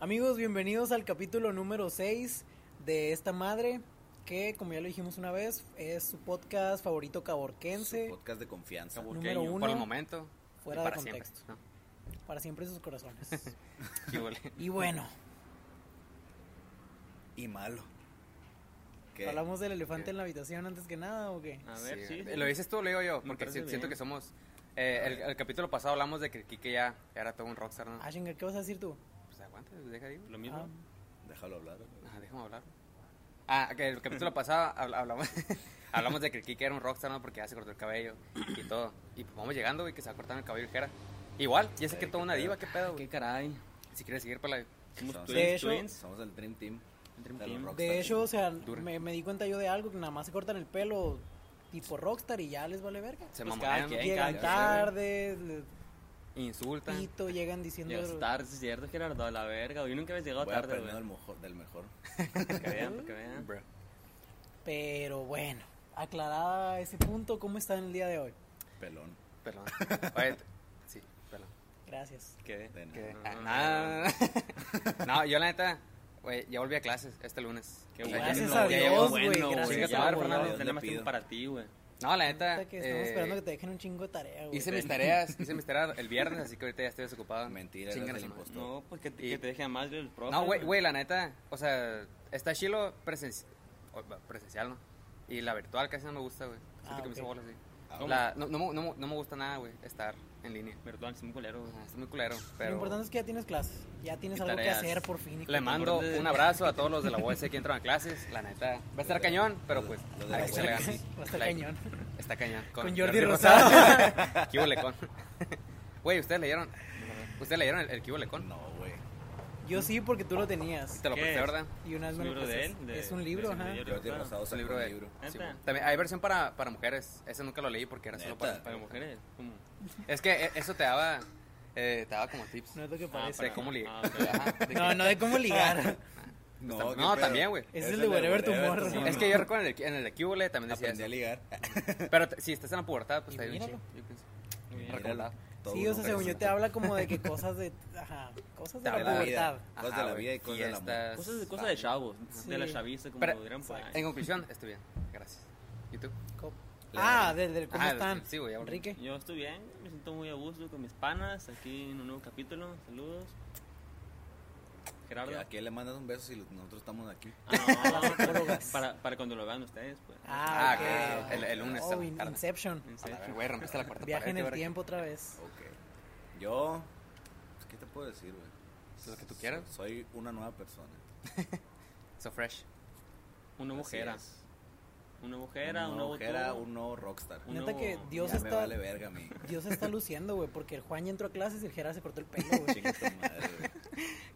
Amigos, bienvenidos al capítulo número 6 de esta madre, que como ya lo dijimos una vez, es su podcast favorito caborquense, Su podcast de confianza. Caborquense. Número uno. por el momento. Fuera y de para contexto. siempre, para siempre en sus corazones. ¿no? Qué huele. y bueno, Y malo. ¿Qué? hablamos del elefante ¿Qué? Ah, en la habitación antes que nada o qué? A ver, sí. Sí, ¿Lo dices tú o lo digo yo? Me Porque parece si- siento bien. que somos... eh, el, el capítulo pasado hablamos de que Kike ya ya era todo un rockstar, ¿no? Ah, chinga, ¿qué vas a decir tú? Ah, Pues aguanta, pues, deja digo. Lo mismo. Déjalo hablar. Ah, déjame hablar. Ah, que el capítulo pasado habl- hablamos, hablamos de que el Kike era un rockstar, ¿no? Porque ya se cortó el cabello y todo. Y pues vamos llegando, güey, que se va cortando el cabello ligera. Igual, ya sé que toda una diva, qué pedo, Qué güey. caray. Si quieres seguir para la... Somos Somos- twins, De hecho- twins. Somos el Dream Team. El Dream de los Team. rockstars. De hecho, o sea, Dura. me, me di cuenta yo de algo, que nada más se cortan el pelo tipo rockstar y ya les vale verga. Se Pues mamonean, cada quien, ¿no? Llegan cada tarde, le insultan. pito, llegan diciendo... Llegas tarde, es cierto, Gerardo, a la verga. Yo nunca habías llegado Voy tarde, aprendiendo güey. del mejor. Del mejor. Para que vean, para que vean. Bro. Pero bueno, aclarada ese punto, ¿cómo están el día de hoy? Pelón. Perdón. Oye, t- sí, perdón. Gracias. ¿Qué? De nada. Que- No, ah, no, nada. no, yo la neta, güey, ya volví a clases este lunes. Qué O sea, bueno. Gracias ya- a ya Dios, llevo- güey, gracias Chinga a tu madre, Dios. Fernando. Dios le Tenemos pido. tiempo para ti, güey. No, la neta. Ahorita que estamos eh, esperando que te dejen un chingo de tarea, güey. Hice mis tareas, hice mis tareas el viernes, así que ahorita ya estoy desocupado. Mentira, Chingan eres a el su madre. impostor. No, pues que te, Y- que te dejen más el profe. No, güey, güey, la neta, o sea, está chilo presenci- o- presencial, ¿no? Y la virtual casi no me gusta, güey. Siento Ah, que me hizo ok. bola así. Ah, La- no, no, me- no me- no me gusta nada, güey, estar en línea. Virtual, es muy culero, güey. Ah, Está muy culero, pero... Lo importante es que ya tienes clases, ya tienes Y algo tareas. que hacer por fin. hijo Le de- mando Por de- un abrazo a todos los de la UAS que entran a clases. La neta, va a estar cañón, pero pues. Los de la hay que echarle UAS. ganas. Va a estar La- cañón. Está cañón. Con Jordi Rosado. ¿Qué hubo con? Güey, ¿ustedes leyeron? ¿Ustedes leyeron el, el que hubo con? No, güey. Yo sí, porque tú lo tenías. Te lo ¿Qué presté, es? ¿verdad? Y una vez ¿Es me un lo libro de pasaste. él? De- Es un de libro, Simón ajá. Díaz. Jordi Rosado. Rosado Es un sacó libro de. un libro. ¿Neta? Sí, güey. También hay versión para, para mujeres. Ese nunca lo leí porque era solo ¿Neta? para, Para mujeres. ¿Cómo? Es que eh, eso te daba, eh, te daba como tips. No es lo que Ah, parece. de cómo ligar. Ah, ok. Ajá, de que- No, no de cómo pues, ligar. No, qué no, pedo. también, güey. Es el de Wherever Tomorrow. Tomorrow. Es que yo recuerdo en el, en el Equivale también decía Aprendí a eso. ligar. Pero te- si estás en la pubertad, pues Y está bien míralo. chido. yo pienso. Mira, Recomendado. Todo sí, o sea, uno según yo crece. te habla como de que cosas de. Ajá, cosas de Te la De la habla- pubertad. vida. Cosas de la güey, vida y cosas del amor. fiestas, Cosas de, cosas de chavos, de la chaviza, como Pero- dirán por ahí. En conclusión, estoy bien. Gracias. ¿Y tú? Co- Ah, del, del cómo Ah, están. sí, güey, ya volví. Enrique. Yo estoy bien, me siento muy a gusto con mis panas aquí en un nuevo capítulo. Saludos. Gerardo. ¿A quién le mandas un beso si nosotros estamos aquí? Ah, no, psicólogas. para, para cuando lo vean ustedes, pues. Ah, Ah, ok. ok. El- el lunes Oh, a la In- tarde. Inception. A En la serio. verga, Güey, rompiste la cuarta Viaje pared, en el verga. tiempo otra vez. Ok. Yo, pues, ¿qué te puedo decir, güey? Lo que tú quieras. So- Soy una nueva persona. So fresh. Un nuevo Así Jera. es. Un nuevo Jera, un un nuevo nuevo Jera, tú. un nuevo rockstar. Un- Neta No, que Dios ya me está. vale verga a mí. Dios está luciendo, güey, porque el Juan ya entró a clases y el Jera se cortó el pelo, güey. Chinga tu madre, güey.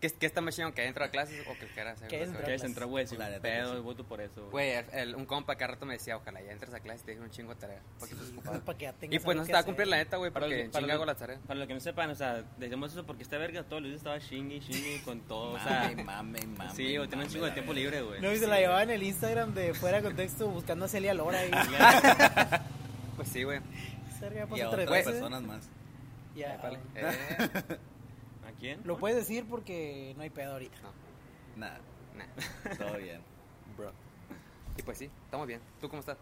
¿Qué, qué está más chido? ¿Que dentro a clases o que quieras hacer? Que dentro a Que se entró, güey, sin La neta que pedo, sí. y voto por eso. Güey, el- el- un compa cada rato me decía, ojalá ya entres a clases y te dejen un chingo de tarea. Porque estás Sí, ocupado. para que ya Y tengas pues algo no que estaba a hacer. cumplir la neta, güey, porque en chinga hago las tareas. para los que no sepan, o sea, decimos eso porque esta verga todos los días estaba chingue y chingue con todo, o sea, Mame, mame, mame. sí, o mame, tiene un chingo de la tiempo verga. libre, güey. No, y se la llevaba en el Instagram de fuera de contexto buscando a Celia Lora y Pues sí, güey. Verga, ya Y a pasó tres Pues otras veces. ¿eh? personas más. Ya. Vale. Eh, ¿A quién? Lo puedes decir porque no hay pedo ahorita. no, Nada, nah. todo bien. Bro. Y pues sí, estamos bien. ¿Tú cómo estás?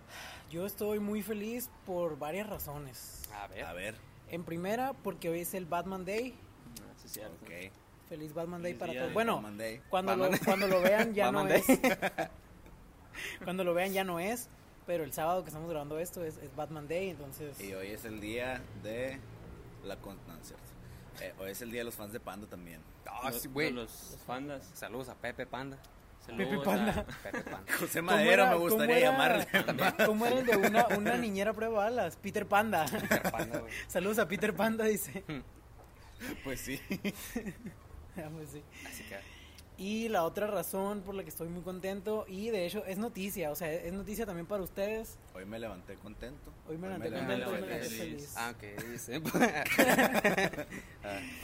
Yo estoy muy feliz por varias razones. A ¿Eh? ver. A ver, En primera, porque hoy es el Batman Day. Ah, sí, es cierto. ok. Feliz Batman Day Feliz para día todos. de Bueno, Batman Day. cuando lo, Batman Day. cuando lo vean ya no Batman es. cuando lo vean ya no es. Pero el sábado que estamos grabando esto es, es Batman Day, entonces. Y hoy es el día de la con- no, es cierto. Eh, hoy es el día de los fans de Panda también. Ah, Los- sí, güey. Los, los pandas. Saludos a Pepe Panda. Ah, Saludos Pepe a- Panda. Pepe Panda. José ¿Cómo Madero era- me cómo gustaría era- llamarle. ¿Cómo era el de una, una niñera a prueba de balas? Peter Panda. Peter Panda, güey. Saludos a Peter Panda, dice. Pues sí. Ah, pues sí. Así que. Y la otra razón por la que estoy muy contento, y de hecho es noticia, o sea, es noticia también para ustedes. Hoy me levanté contento. Hoy me levanté levanté contento, hoy me levanté feliz. feliz. Ah, ok. dice.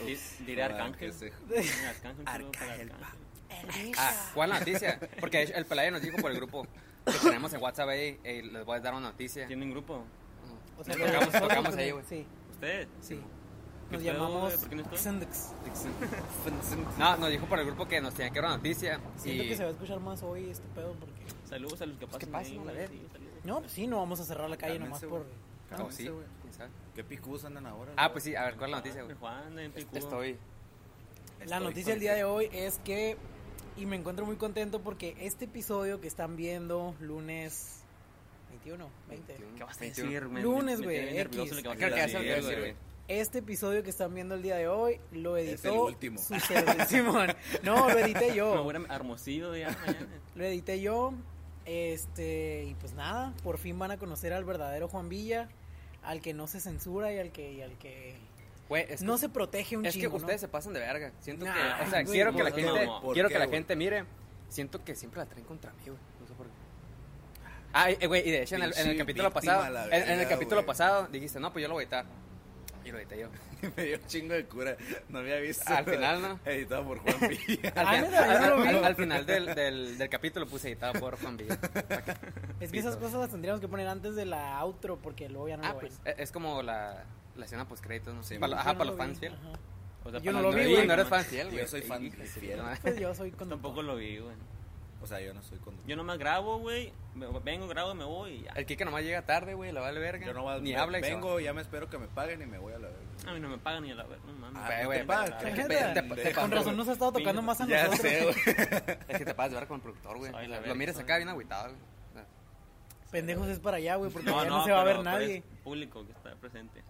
Di- Joder, Diré Arcángel. que se- Diré Arcángel. un saludo para Arcángel, Arcángel. ah, ¿cuál noticia? Porque el Pelaya nos dijo por el grupo que tenemos en WhatsApp ahí. eh, les voy a dar una noticia. ¿Tienen grupo? O sea, tocamos- nosotros tocamos también, ahí, güey. Sí, ¿Ustedes? sí. ¿Qué Nos pedo, llamamos güey? ¿Por qué no estoy? Xendex. No, nos dijo por el grupo que nos tenía que dar una noticia. Siento Y que se va a escuchar más hoy este pedo porque... Saludos a los que Pues, pasan. que ahí, pasen, a la güey, verga. sí, saludos. No, pues sí, no vamos a cerrar la calle nomás Cálmense, por... güey. Oh, sí, Cálmense, güey. quién sabe. ¿Qué picús andan ahora? Ah, pues sí, a ver, ¿cuál es la noticia, güey? Juan, en Picudo. Estoy. La noticia del día de hoy es que... Y me encuentro muy contento porque este episodio que están viendo lunes 21, 20. ¿Qué vas a 21. decir, güey? Lunes, Me- me güey, tiene nervioso lo que vas a Creo que decir, eso es lo que iba a decir, güey. güey. Este episodio que están viendo el día de hoy lo editó Es el último. su servidor, Simón. No, lo edité Me yo. voy a Hermosillo ya mañana. Lo edité yo. Este, y pues nada, por fin van a conocer al verdadero Juan Villa, al que no se censura y al que y al que Güey, es que- no se protege un Es que chingo, ¿no? ustedes se pasan de verga. Siento Nah, que, o sea, güey, quiero que no, la no, gente, no. ¿Por quiero qué, que la güey? gente mire. Siento que siempre la traen contra mí, güey. No sé por qué. Ah, eh, güey, y de hecho en el, en el Pinche capítulo víctima pasado, la en, en el verga, capítulo güey. pasado dijiste, "No, pues yo lo voy a editar." Y lo edité yo. Me dio chingo de cura. No había visto. Al final, ¿no? Editado por Juan Villa. Al, Ah, final- neta, yo no lo al- vi. al- al final del, del, del capítulo puse editado por Juan Villa. Es que esas cosas las tendríamos que poner antes de la outro porque luego ya no Ah, lo pues ven. e- es como la, la escena post créditos, no sé. Sí, Para- Yo ajá, no para lo vi, los fans fiel. Ah, ajá. O sea, Yo no para los lo vi, nueve, güey. no eres macho. fan fiel, Yo güey. soy fan fiel. no, Pues yo soy conductor. Tampoco lo vi, güey. O sea, yo no soy conductor. Yo nomás grabo, güey. me- Vengo, grabo, me voy y ya. El Kike nomás llega tarde, güey, la vale verga. Yo no va- ni me- habla y se va. Vengo, ya me espero que me paguen y me voy a la verga. A mí no me pagan ni a la verga. No mames. Ah, Güey, no güey, te pagan, la ¿qué? verga. te- Neta, te- te- te- Con razón nos ha estado tocando Pinche- más a Ya nosotros. sé, güey. es que te pasas de ver con productor, güey. Soy la Lo verga, miras soy. acá bien agüitado, güey. O sea, Pendejos es para allá, güey, porque ya no, se va a ver pero- pues, pero nadie. es Público que está presente.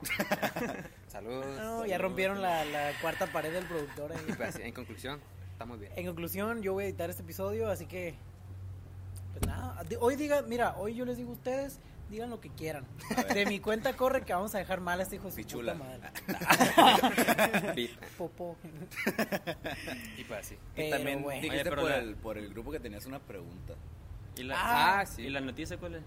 Saludos. No, ya rompieron la, la cuarta pared del productor ahí. Y pues, así, en conclusión, está muy bien. En conclusión, yo voy a editar este episodio, así que. Pues nada. de- Hoy digan, mira, hoy yo les digo a ustedes, digan lo que quieran. A ver. De mi cuenta corre que vamos a dejar mal a este hijo de su Pichula. puta madre. Y, Popó. y pues así. Y Pero, también güey. dijiste Oye, pero por, la- el, por el grupo que tenías una pregunta. ¿Y la, Ah, Ah, sí. ¿Y la noticia cuál es?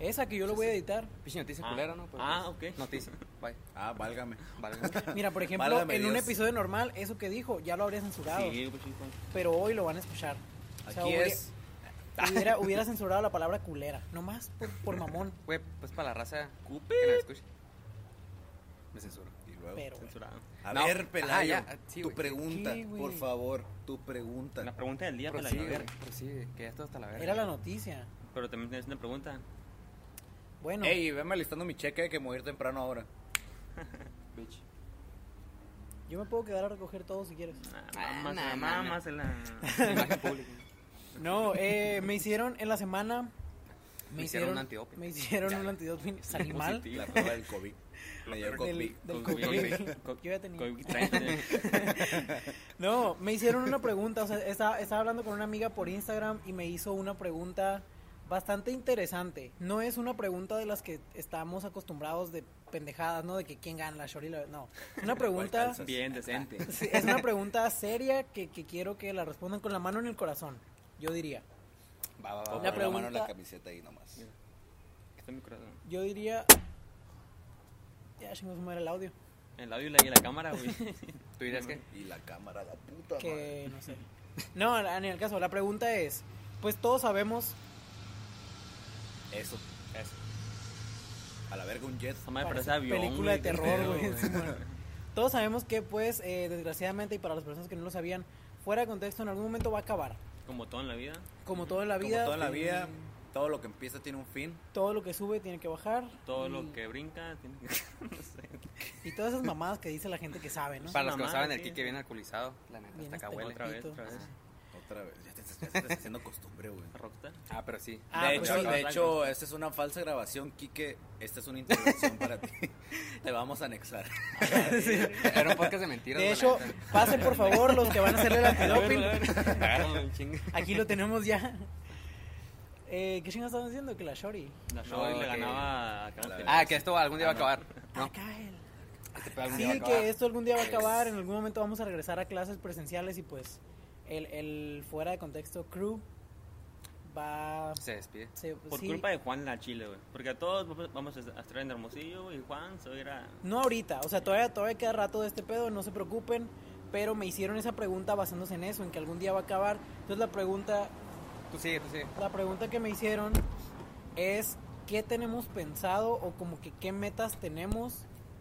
Esa que yo lo voy a editar. Pinche noticia Ah. culera, ¿no? Pero, Ah, pues, ok. Noticia. Bye. Ah, válgame. Vale. Mira, por ejemplo, Válgame en un Dios. episodio normal, eso que dijo, ya lo habría censurado. Sí, pues, sí, Juan. Pero hoy lo van a escuchar. O sea, Aquí hubiera- es. Hubiera, hubiera censurado la palabra culera. Nomás por, por mamón. Güey, pues para la raza Cupi. que la escuche. Me censuro. Y luego. Pero, güey. Censurado. A No. ver, Pelayo, Ajá, ya, sí, tu güey. pregunta, ¿Qué, güey? por favor, tu pregunta. La pregunta del día, para la Prosigue, verga. güey, prosigue, que ya todo está la verga. Era la noticia. Pero también tienes una pregunta. Bueno, Ey, venme alistando mi cheque que me voy a ir temprano ahora. Bitch. yo me puedo quedar a recoger todo si quieres. Ah, Mamá, nah, nah, mamá, se la. Imagen pública. No, eh, me hicieron en la semana. Me hicieron un antidoping. Me hicieron un antidoping animal. Positivo. La prueba del COVID. Me dio el COVID. Del, del Covid. COVID. Covid. Yo ya tenía. Covid trae- No, me hicieron una pregunta. O sea, estaba, estaba hablando con una amiga por Instagram y me hizo una pregunta bastante interesante. No es una pregunta de las que estamos acostumbrados de pendejadas, ¿no? De que quién gana la short y la- No. Una pregunta. calzas? Bien, decente. Sí, es una pregunta seria que, que quiero que la respondan con la mano en el corazón. Yo diría. Va, va, va, Pongo va. la, mano en la pregunta- camiseta ahí nomás. Está mi corazón. Yo diría. Ya, chingos, se muere el audio. El audio y la, y la cámara, güey. ¿Tú dirías que? Y la cámara, la puta madre. Que no sé. No, en el caso, la pregunta es: Pues todos sabemos. Eso. Eso. A la verga un jet. Esa madre parece parece avión. película de güey, qué terror, pedo, güey. Sí, bueno. Todos sabemos que, pues, eh, desgraciadamente, y para las personas que no lo sabían, fuera de contexto, en algún momento va a acabar. Como todo en la vida. Como todo en la Como vida, eh, toda la vida, todo lo que empieza tiene un fin. todo lo que sube tiene que bajar. Todo y, lo que brinca tiene que. No sé. Y todas esas mamadas que dice la gente que sabe, ¿no? Para los que no mamá, saben, el sí. Kike viene alcoholizado. La neta, Bien hasta acá este huele. Otra vez, Pito. otra vez. Otra vez. Ya te, ya te estás haciendo costumbre, güey. Rockstar. Ah, pero sí. Ah, de pues hecho, sí. de hecho, esta es una falsa grabación, Quique. Esta es una intervención para ti. Te vamos a anexar. Era un podcast de mentiras. De la hecho, neta. pase por favor los que van a hacerle el antidoping. Agárralo, el chingo. Aquí lo tenemos ya. Eh, ¿Qué chingados estaban diciendo? Que la Shori. La No, show le que- ganaba a Carlos la Pérez. Ah, que esto algún día va a acabar. No, Acá él. este pedo algún día va a Ah, Sí, acabar. que esto algún día va a acabar. En algún momento vamos a regresar a clases presenciales y pues el, el fuera de contexto crew va. Se despide. se- Por sí. culpa de Juan la Chile, güey. Porque a todos vamos- vamos a estar en Hermosillo, güey. Y Juan se va a ir a. No ahorita, o sea, todavía, todavía queda rato de este pedo, no se preocupen. Pero me hicieron esa pregunta basándose en eso, en que algún día va a acabar. Entonces la pregunta Tú sigue, tú sigue. La pregunta que me hicieron es qué tenemos pensado o como que qué metas tenemos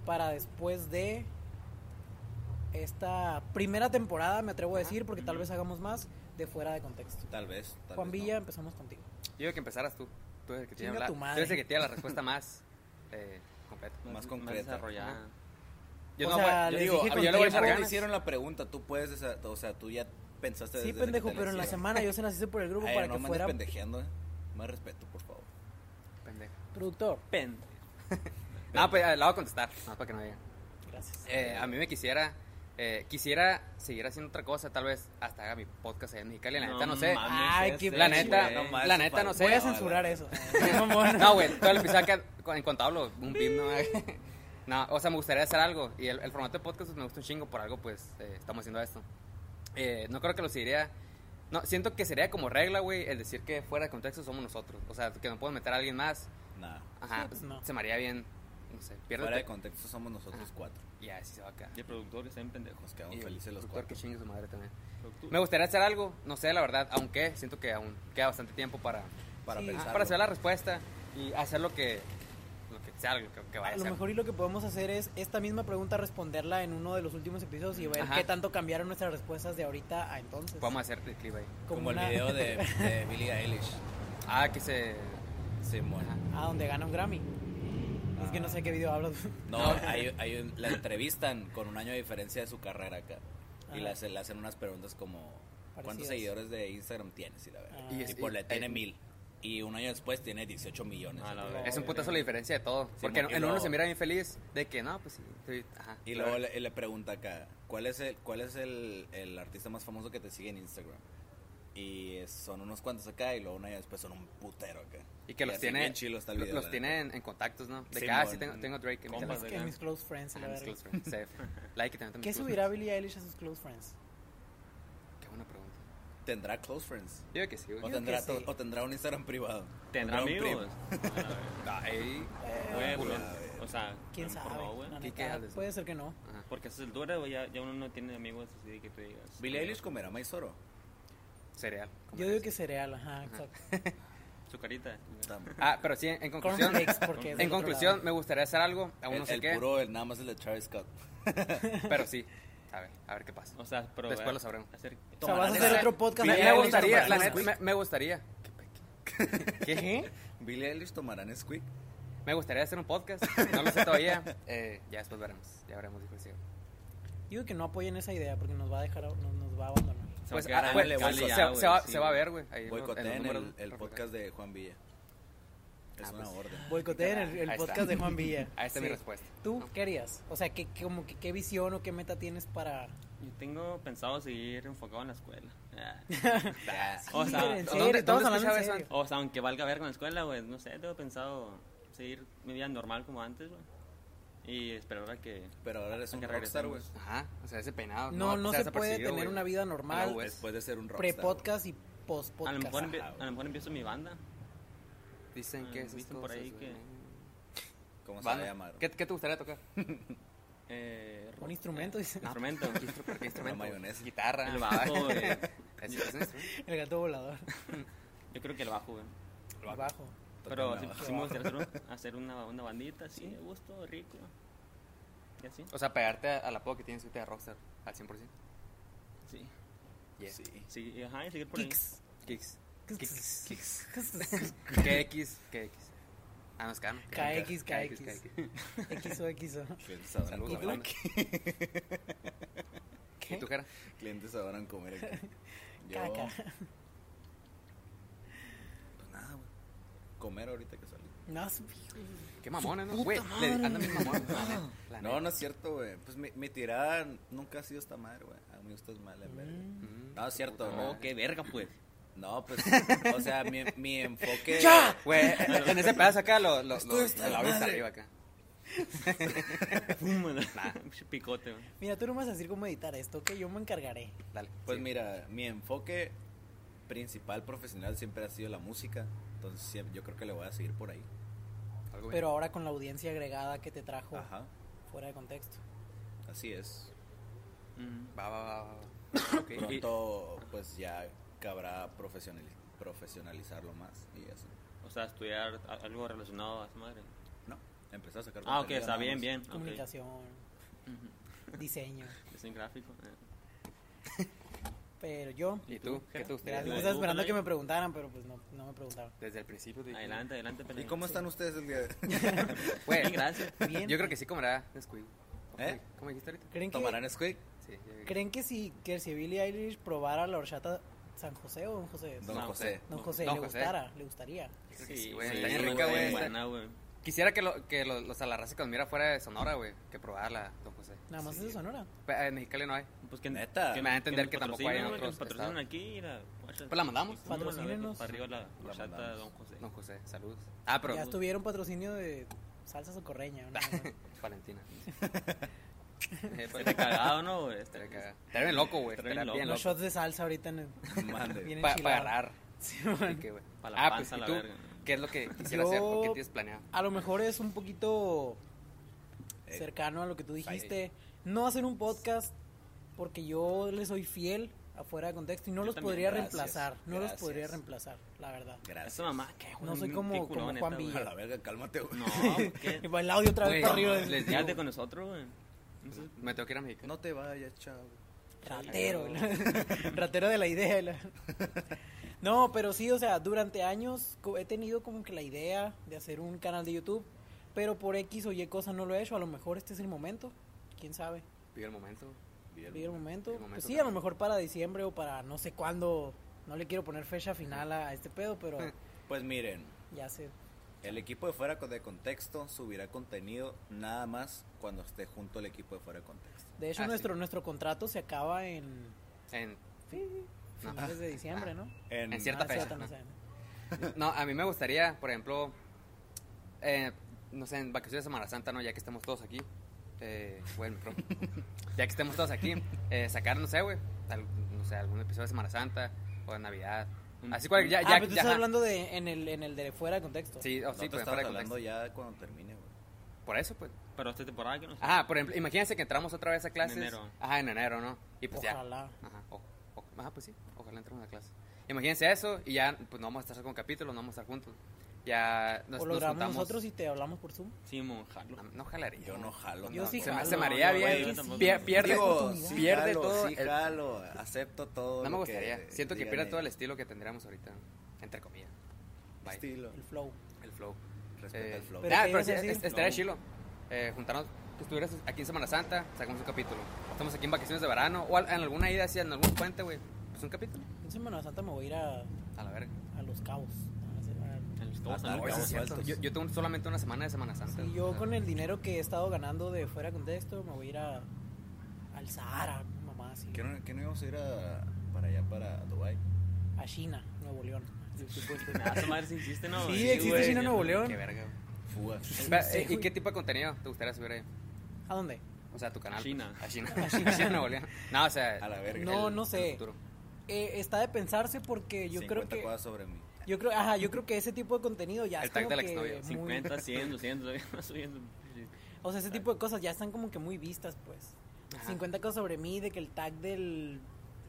para después de esta primera temporada, me atrevo a decir, porque tal vez hagamos más de fuera de contexto. Tal vez. tal Juan vez no. Villa, empezamos contigo. Yo digo que empezaras tú. Tú eres el que tiene Chinga la, tu tú madre. eres el que tiene la respuesta más eh, completa. Más concreta. desarrollada. Yo O no sea, voy- yo les digo, dije a ver, yo le voy a contigo. echar Luego ganas. te hicieron la pregunta, tú puedes, desa- o sea, tú ya pensaste Sí, desde que pendejo, te pero en la hicieron. semana yo se las hice por el grupo Ay, para no que me andes fuera pendejeando, eh. Más respeto, por favor. Pendejo. productor. Pen. No, pues eh, la voy a contestar, no, para que no digan. Gracias. Eh, a mí me quisiera, eh, quisiera seguir haciendo otra cosa, tal vez hasta haga mi podcast allá en Mexicali, la neta no sé. mames, Ay, qué la neta, güey, no mames, la neta no padre. sé. Voy a no, censurar la- eso. Qué mamón. No, güey, todo el episodio que en cuanto hablo, un pip, ¿no? No, o sea, me gustaría hacer algo. Y el, el formato de podcast pues, me gusta un chingo, por algo, pues, eh, estamos haciendo esto. Eh, no creo que lo seguiría. No, siento que sería como regla, güey, el decir que fuera de contexto somos nosotros. O sea, que no puedo meter a alguien más. Nah. Ajá, Sí, pues, no. se me haría bien. No sé, pierde. Fuera de contexto somos nosotros cuatro. Y así se va a quedar. Y el productor que está bien pendejo. Nos quedamos Y el felices los productor cuatro. que chingue su madre también. Productor. Me gustaría hacer algo, no sé, la verdad, aunque siento que aún queda bastante tiempo para, Para Sí. Ah, pensar. para saber la respuesta y hacer lo que, lo que sea, lo que, que vaya A a lo ser. mejor y lo que podemos hacer es esta misma pregunta responderla en uno de los últimos episodios y ver Ajá. qué tanto cambiaron nuestras respuestas de ahorita a entonces. Podemos hacer el clip ahí. Como, una- el video de, de Billie Eilish. Ah, que se. Simón. Ajá. Ah, donde gana un Grammy. Es que no sé qué video hablas. No, hay, hay un- la entrevistan con un año de diferencia de su carrera acá. Y Ajá. le hacen, le hacen unas preguntas como: ¿Cuántos Parecidas. seguidores de Instagram tienes? Y la verdad. Ah. Y, Y es- pues, le y- tiene eh. mil. Y un año después tiene 18 millones. A Ah, la Entonces, verga. Es un putazo la diferencia de todo. Porque mo- en, y en uno luego- se mira bien feliz de que no, pues sí. estoy- ajá, Y claro. luego le, le pregunta acá, ¿cuál es el cuál es el, el artista más famoso que te sigue en Instagram? Y es- son unos cuantos acá y luego una después son un putero acá. Y que los así tiene. bien chilo está el lo- video, los la tiene neta. en, en contactos, ¿no? De que, Simón. ah, sí, tengo, tengo Drake. en mi Compas Es teléfono. que mis close friends, y la Ajá, Ah, mis verga. close friends, safe. Like y también tengo ¿Qué mis close subirá friends. Eh, Billie Eilish a sus close friends? Qué buena pregunta. ¿Tendrá close friends? Yo digo que sí, ¿O güey. Yo tendrá, que sí. o tendrá un Instagram privado? ¿Tendrá un primo? amigos? Ahí. Güey, güey. pues, O sea, Eh, ¿Quién a lo sabe? mejor no, güey. La ¿Y qué neta, haces? puede ser que no. Ajá. Porque a esas alturas, güey, ya, ya uno no tiene amigos así de que tú digas. ¿Billie Eilish comerá maizoro? Cereal. Yo digo que cereal, ajá, exacto. Su carita. Ah, pero sí, en, en conclusión. Cornflakes, porque es del En otro conclusión, lado. me gustaría hacer algo, aún El, no sé el qué, puro, el nada más el de Travis Scott. pero sí. A ver, a ver qué pasa. O sea, pero. Después eh, lo sabremos. Hacer... O sea, vas a Tomarán hacer esa- otro podcast. Me, de me Billie gustaría, Eilish, la ¿no? neta, me, me gustaría. ¿Qué? ¿Billie Eilish tomará Nesquik? Me gustaría hacer un podcast. No lo sé todavía. Eh, ya después veremos. Ya veremos, dijo el ciego. Digo que no apoyen esa idea porque nos va a dejar, a- nos, nos va a abandonar. Se Pues, va a ah, quedar pues, en el se, Cali ya, se güey, va, sí, se va a güey. ver, güey. ahí, ¿no? En Boicoteen los el, números, el perfecto. podcast de Juan Villa. Es Ah, una pues. orden. Boicoteen el, el Ahí está. podcast de Juan Villa. Ahí está mi Sí. respuesta. ¿Tú qué harías? O sea, ¿qué, qué- como que, ¿qué visión o qué meta tienes para...? Yo tengo pensado seguir enfocado en la escuela. Ah. Ah, O sea, Híjole, en ¿dónde- serio, dónde estamos hablando escuchaba en eso serio. O sea, aunque valga ver con la escuela, güey, no sé, tengo pensado seguir mi vida normal como antes, güey. Y esperar a que... Pero ahora eres a un que rockstar, güey. regresemos. Ajá. O sea, ese peinado. No, no sea, se puede desapercibido, tener güey. una vida Ah, normal, güey. Después de ser un rockstar. pre-podcast y A lo, post-podcast. mejor empie- Ah, Ajá. a lo mejor empiezo mi banda. Dicen que Ah, esas dicen por cosas, ahí güey. que- ¿Cómo se va a Banda. llamar? ¿Qué, ¿Qué te gustaría tocar? Eh, Un instrumento, dice. Instrumento. ¿Qué instru- ¿Qué instrumento? güey? mayonesa. Guitarra. El bajo, güey. ¿Es- es un instrumento? El gato volador. Yo creo que el bajo, güey. Abajo. Pero Tocan sí, abajo. sí me gustaría hacer, un- hacer una, una bandita así, de gusto, rico. ¿Y así? O sea, pegarte a, a la poca que tienes ahorita de Rockstar al 100%. Sí. Yeah. Sí. Sí, y ajá, y seguir por ahí. Kicks. Kicks. Kicks. Kicks. ¿Qué X? ¿Qué X? Ah, no, es Cano. KX, KX. KX. XO, XO. Clientes adoran Saludos, comer Alan. aquí. ¿Y ¿Qué? tú, Jera? Clientes adoran comer aquí. Yo, Caca. pues nada, güey. Comer ahorita que salí. No, su hijo. Qué mamones, ¿no? Güey, le andan mis mamones. la neta, la No, neta. no es cierto, güey. Pues mi, mi tirada nunca ha sido esta madre, güey. A mí usted es mala, verga. Mm. No, es cierto, No, no. qué verga, pues. No, pues, o sea, mi, mi enfoque. ¡Ya! Güey, en ese pedazo acá lo, lo, Esto lo, está la orilla madre. arriba acá. Pum, güey. Picote, güey. Mira, tú no me vas a decir cómo editar esto, que yo me encargaré. Dale. Pues sí. mira, mi enfoque principal profesional siempre ha sido la música. Entonces siempre- yo creo que le voy a seguir por ahí. Algo bien. Pero ahora con la audiencia agregada que te trajo Ajá, fuera de contexto. así es. Mm. Va, va, va. va, va. Ok, y- Pronto, pues ya cabrá profesionali- profesionalizarlo más y eso. O sea, estudiar a- algo relacionado a esa madre. No, empezar a sacar Ah, ok, contenido está nada bien, más. bien. ok. Comunicación. Ujú. diseño. Diseño gráfico. eh. pero yo, ¿Y tú? ¿Qué gracias, te gustaría? tú, yo hacer? estaba esperando tú, que tú. me preguntaran, pero pues no, no me preguntaron. Desde el principio. te dije. Adelante, adelante, ¿Y pelea. cómo están ustedes el día de Güey, Sí, gracias. Bien. Yo creo que sí comerá Nesquik. ¿Eh? ¿Cómo dijiste ahorita? ¿Creen que, ¿Tomarán Squig? Sí. ya vi. ¿Creen que si, que si Billie Eilish probara la horchata San José o Don José? Don No, José. Don José, Don le José. gustara, le gustaría. Creo que Sí, güey. Está bien sí, rica, muy güey. Está- buena, güey. Quisiera que, lo, que los, los a la raza que nos mira fuera de Sonora, güey. Que probarla, don José. Nada más Sí. es de Sonora. Pe- eh, En Mexicali no hay. Pues que Neta. Me va a entender que nos tampoco hay en patrocinan, güey, que otros nos patrocinan estados. aquí. La, Pues la mandamos. Patrocínenos. Para arriba la La horchata mandamos. Don José. Don José, saludos. Ah, pero. ya estuvieron patrocinio de salsa socorreña. ¿no? Valentina. Eh, pues, Estaría cagado, ¿no, güey? Estaría Estaría cagado. Estaría bien loco, güey. Estaría Estaría bien bien Los loco. shots de salsa ahorita en Mande. Bien Para enchilado. agarrar. Sí, man. Así que, güey. Pa' la Ah, pues, panza, ¿y la tú? verga. ¿Qué es lo que quisieras Yo- hacer o qué tienes planeado? A lo mejor es un poquito Ey. cercano a lo que tú dijiste. No hacer un podcast porque yo le soy fiel afuera de contexto y no Yo los también, podría gracias, reemplazar. No los gracias. podría reemplazar, la verdad. cagado. Gracias. Esa mamá, qué güey, No soy qué como- culón, como neta, Juan güey. Villa. A la verga, cálmate, güey. No, Y ¿qué? va el audio otra Güey, vez para arriba. no, les- Quédate con nosotros, güey. No sé, Me tengo que ir a México. No te vayas, chavo. Ratero, ratero de la idea. la- No, pero sí, o sea, durante años co- he tenido como que la idea de hacer un canal de YouTube, pero por X o Y cosas no lo he hecho. A lo mejor este es el momento, quién sabe. Vive el momento. Vive el momento. el momento Pues sí, a también. lo mejor para diciembre o para no sé cuándo. No le quiero poner fecha final a a este pedo, pero Pues miren, ya sé. el equipo de fuera de contexto subirá contenido nada más cuando esté junto el equipo de fuera de contexto. De hecho, Ah, sí. nuestro nuestro contrato se acaba en En, No. finales de diciembre, ¿no? En, En cierta Ah, fecha, no ¿no? sé. no, a mí me gustaría, por ejemplo, eh, no sé, en vacaciones de Semana Santa, ¿no? Ya que estemos todos aquí. Eh, güey, el micrófono. ya que estemos todos aquí, eh, sacar, no sé, güey, al- no sé, algún episodio de Semana Santa o de Navidad. Un- Así cual, ya, Ah, ya, pero tú ya, estás ajá. hablando de en el en el de fuera de contexto. Sí, o No sí, te pues, fuera estamos de hablando contexto. ya cuando termine, güey. Por eso, pues. Pero esta temporada que no sé. Ajá, por ejemplo, imagínense que entramos otra vez a clases. enero. Ajá, en enero, ¿no? Y pues ya. Ojalá. Ajá, o- o- ajá, pues sí, ojalá entremos a clase. Imagínense eso y ya, pues no vamos a estar con capítulos, no vamos a estar juntos. Ya nos, o nos lo grabamos juntamos. nosotros y te hablamos por Zoom. Sí, monjarlo. No, no jalaría. Yo no jalo. Yo No, sí Ah, se me jalo. hace María No, bien. güey, yo tampoco. pier- pierde Digo, oportunidad. sí pierde jalo, todo Sí, el- jalo, acepto todo. no me lo que gustaría. Siento que digan pierde todo el ellos. estilo que tendríamos ahorita. Entre comillas. Bye. estilo. El flow. El flow. Respeta Eh, el flow. Pero nah, ¿qué pero ibas a es- es- decir? estaría No. chilo. Eh, juntarnos, que estuvieras aquí en Semana Santa, sacamos un capítulo. Estamos aquí en vacaciones de verano o al- en alguna ida hacia en algún puente, güey. Pues un capítulo. En Semana Santa me voy a ir a, A la verga. a Los Cabos. A hacer- a- En los todos Ah, en no, ese los cabos. sí. Yo, sueltos. yo tengo solamente una semana de Semana Santa. Sí, güey. yo Ajá. con el dinero que he estado ganando de fuera de contexto me voy a ir a, al Sahara, mamá, así, ¿Qué no, qué no íbamos a ir a, para allá, para Dubai? a China, Nuevo León. Ah, su madre sí existe, ¿no? Sí, güey? existe güey. China Nuevo León. Qué verga, güey. Fuga. Espera, Sí, eh, ¿Y güey. qué tipo de contenido te gustaría subir ahí? ¿A dónde? O sea, a tu canal. A China. pues. A China. A China, Nuevo León. No, o sea. A la verga. No, el- no sé. el futuro. Eh, está de pensarse porque yo creo 50 que cosas sobre mí. yo creo, ajá, yo creo que ese tipo de contenido ya El es tag como de la que exnovia, muy- 50, 100, 200, todavía va subiendo. Sí. o sea, ese tipo de cosas ya están como que muy vistas, pues. Ajá. 50 cosas sobre mí de que el tag del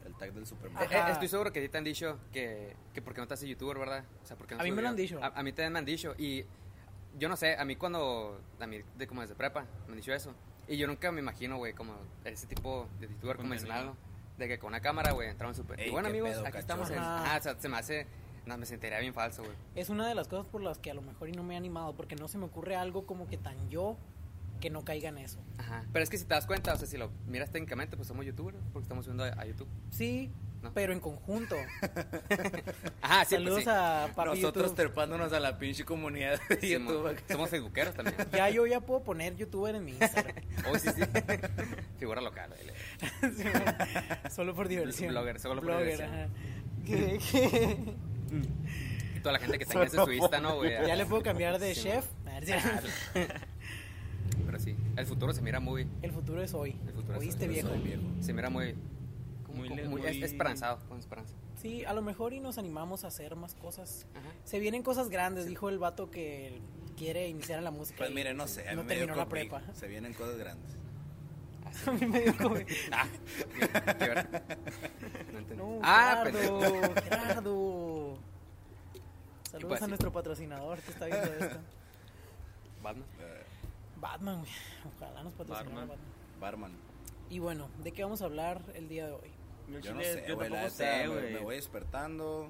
El tag del Superman. Eh, eh, Ajá. estoy seguro que a ti te han dicho que, que porque no te haces youtuber, ¿verdad? O sea, porque no A mí subes me lo han video. dicho. A, a mí también me han dicho. Y yo no sé, a mí cuando. A mí, de, como desde prepa, me han dicho eso. Y yo nunca me imagino, güey, como ese tipo de youtuber Contenido. convencional, ¿no? De que con una cámara, güey, entraron súper. Y Ey, bueno, qué amigos, pedo, aquí estamos en. cachorro. Ah, o sea, se me hace. No, me sentiría bien falso, güey. es una de las cosas por las que a lo mejor y no me he animado porque no se me ocurre algo como que tan yo que no caiga en eso. Ajá. Pero es que si te das cuenta, o sea, si lo miras técnicamente, pues somos youtubers, porque estamos subiendo a, a YouTube. Sí, No. pero en conjunto. Ajá, sí, Saludos pues, sí. a Papi Nosotros YouTube. terpándonos a la pinche comunidad de Sí, mo- YouTube. somos facebookeros también. Ya yo ya puedo poner youtuber en mi Instagram. Oh, sí, sí. Figura local. el- solo por diversión. Blogger, solo por diversión. ajá. ¿Qué- qué? Y toda la gente que está en ese suista, ¿no, güey? Ya le puedo cambiar de Sí, Ah, chef. A ver si- Pero sí, el futuro se mira muy... El futuro es hoy. El futuro es ¿Oíste, hoy, Yo viejo? soy viejo. Se mira muy... como- Muy como- le- muy- es- muy- esperanzado, con esperanza. Sí, a lo mejor y nos animamos a hacer más cosas. Ajá. Se vienen cosas grandes, dijo el vato que quiere iniciar en la música. Pues y mire, no sé. A mí No me dio terminó la COVID. prepa. Se vienen cosas grandes. A mí me dio COVID. Ah, qué, qué verdad. No entendí. No, ah, Gerardo, pendejo. Gerardo. Saludos pues, a sí. nuestro patrocinador que está viendo esto. Batman. Eh, Batman, güey. Ojalá nos patrocinara Batman. Batman. barman. Y bueno, ¿de qué vamos a hablar el día de hoy? Yo, Yo no chile, sé, yo güey, la tampoco neta, sé, me- güey. Me voy despertando.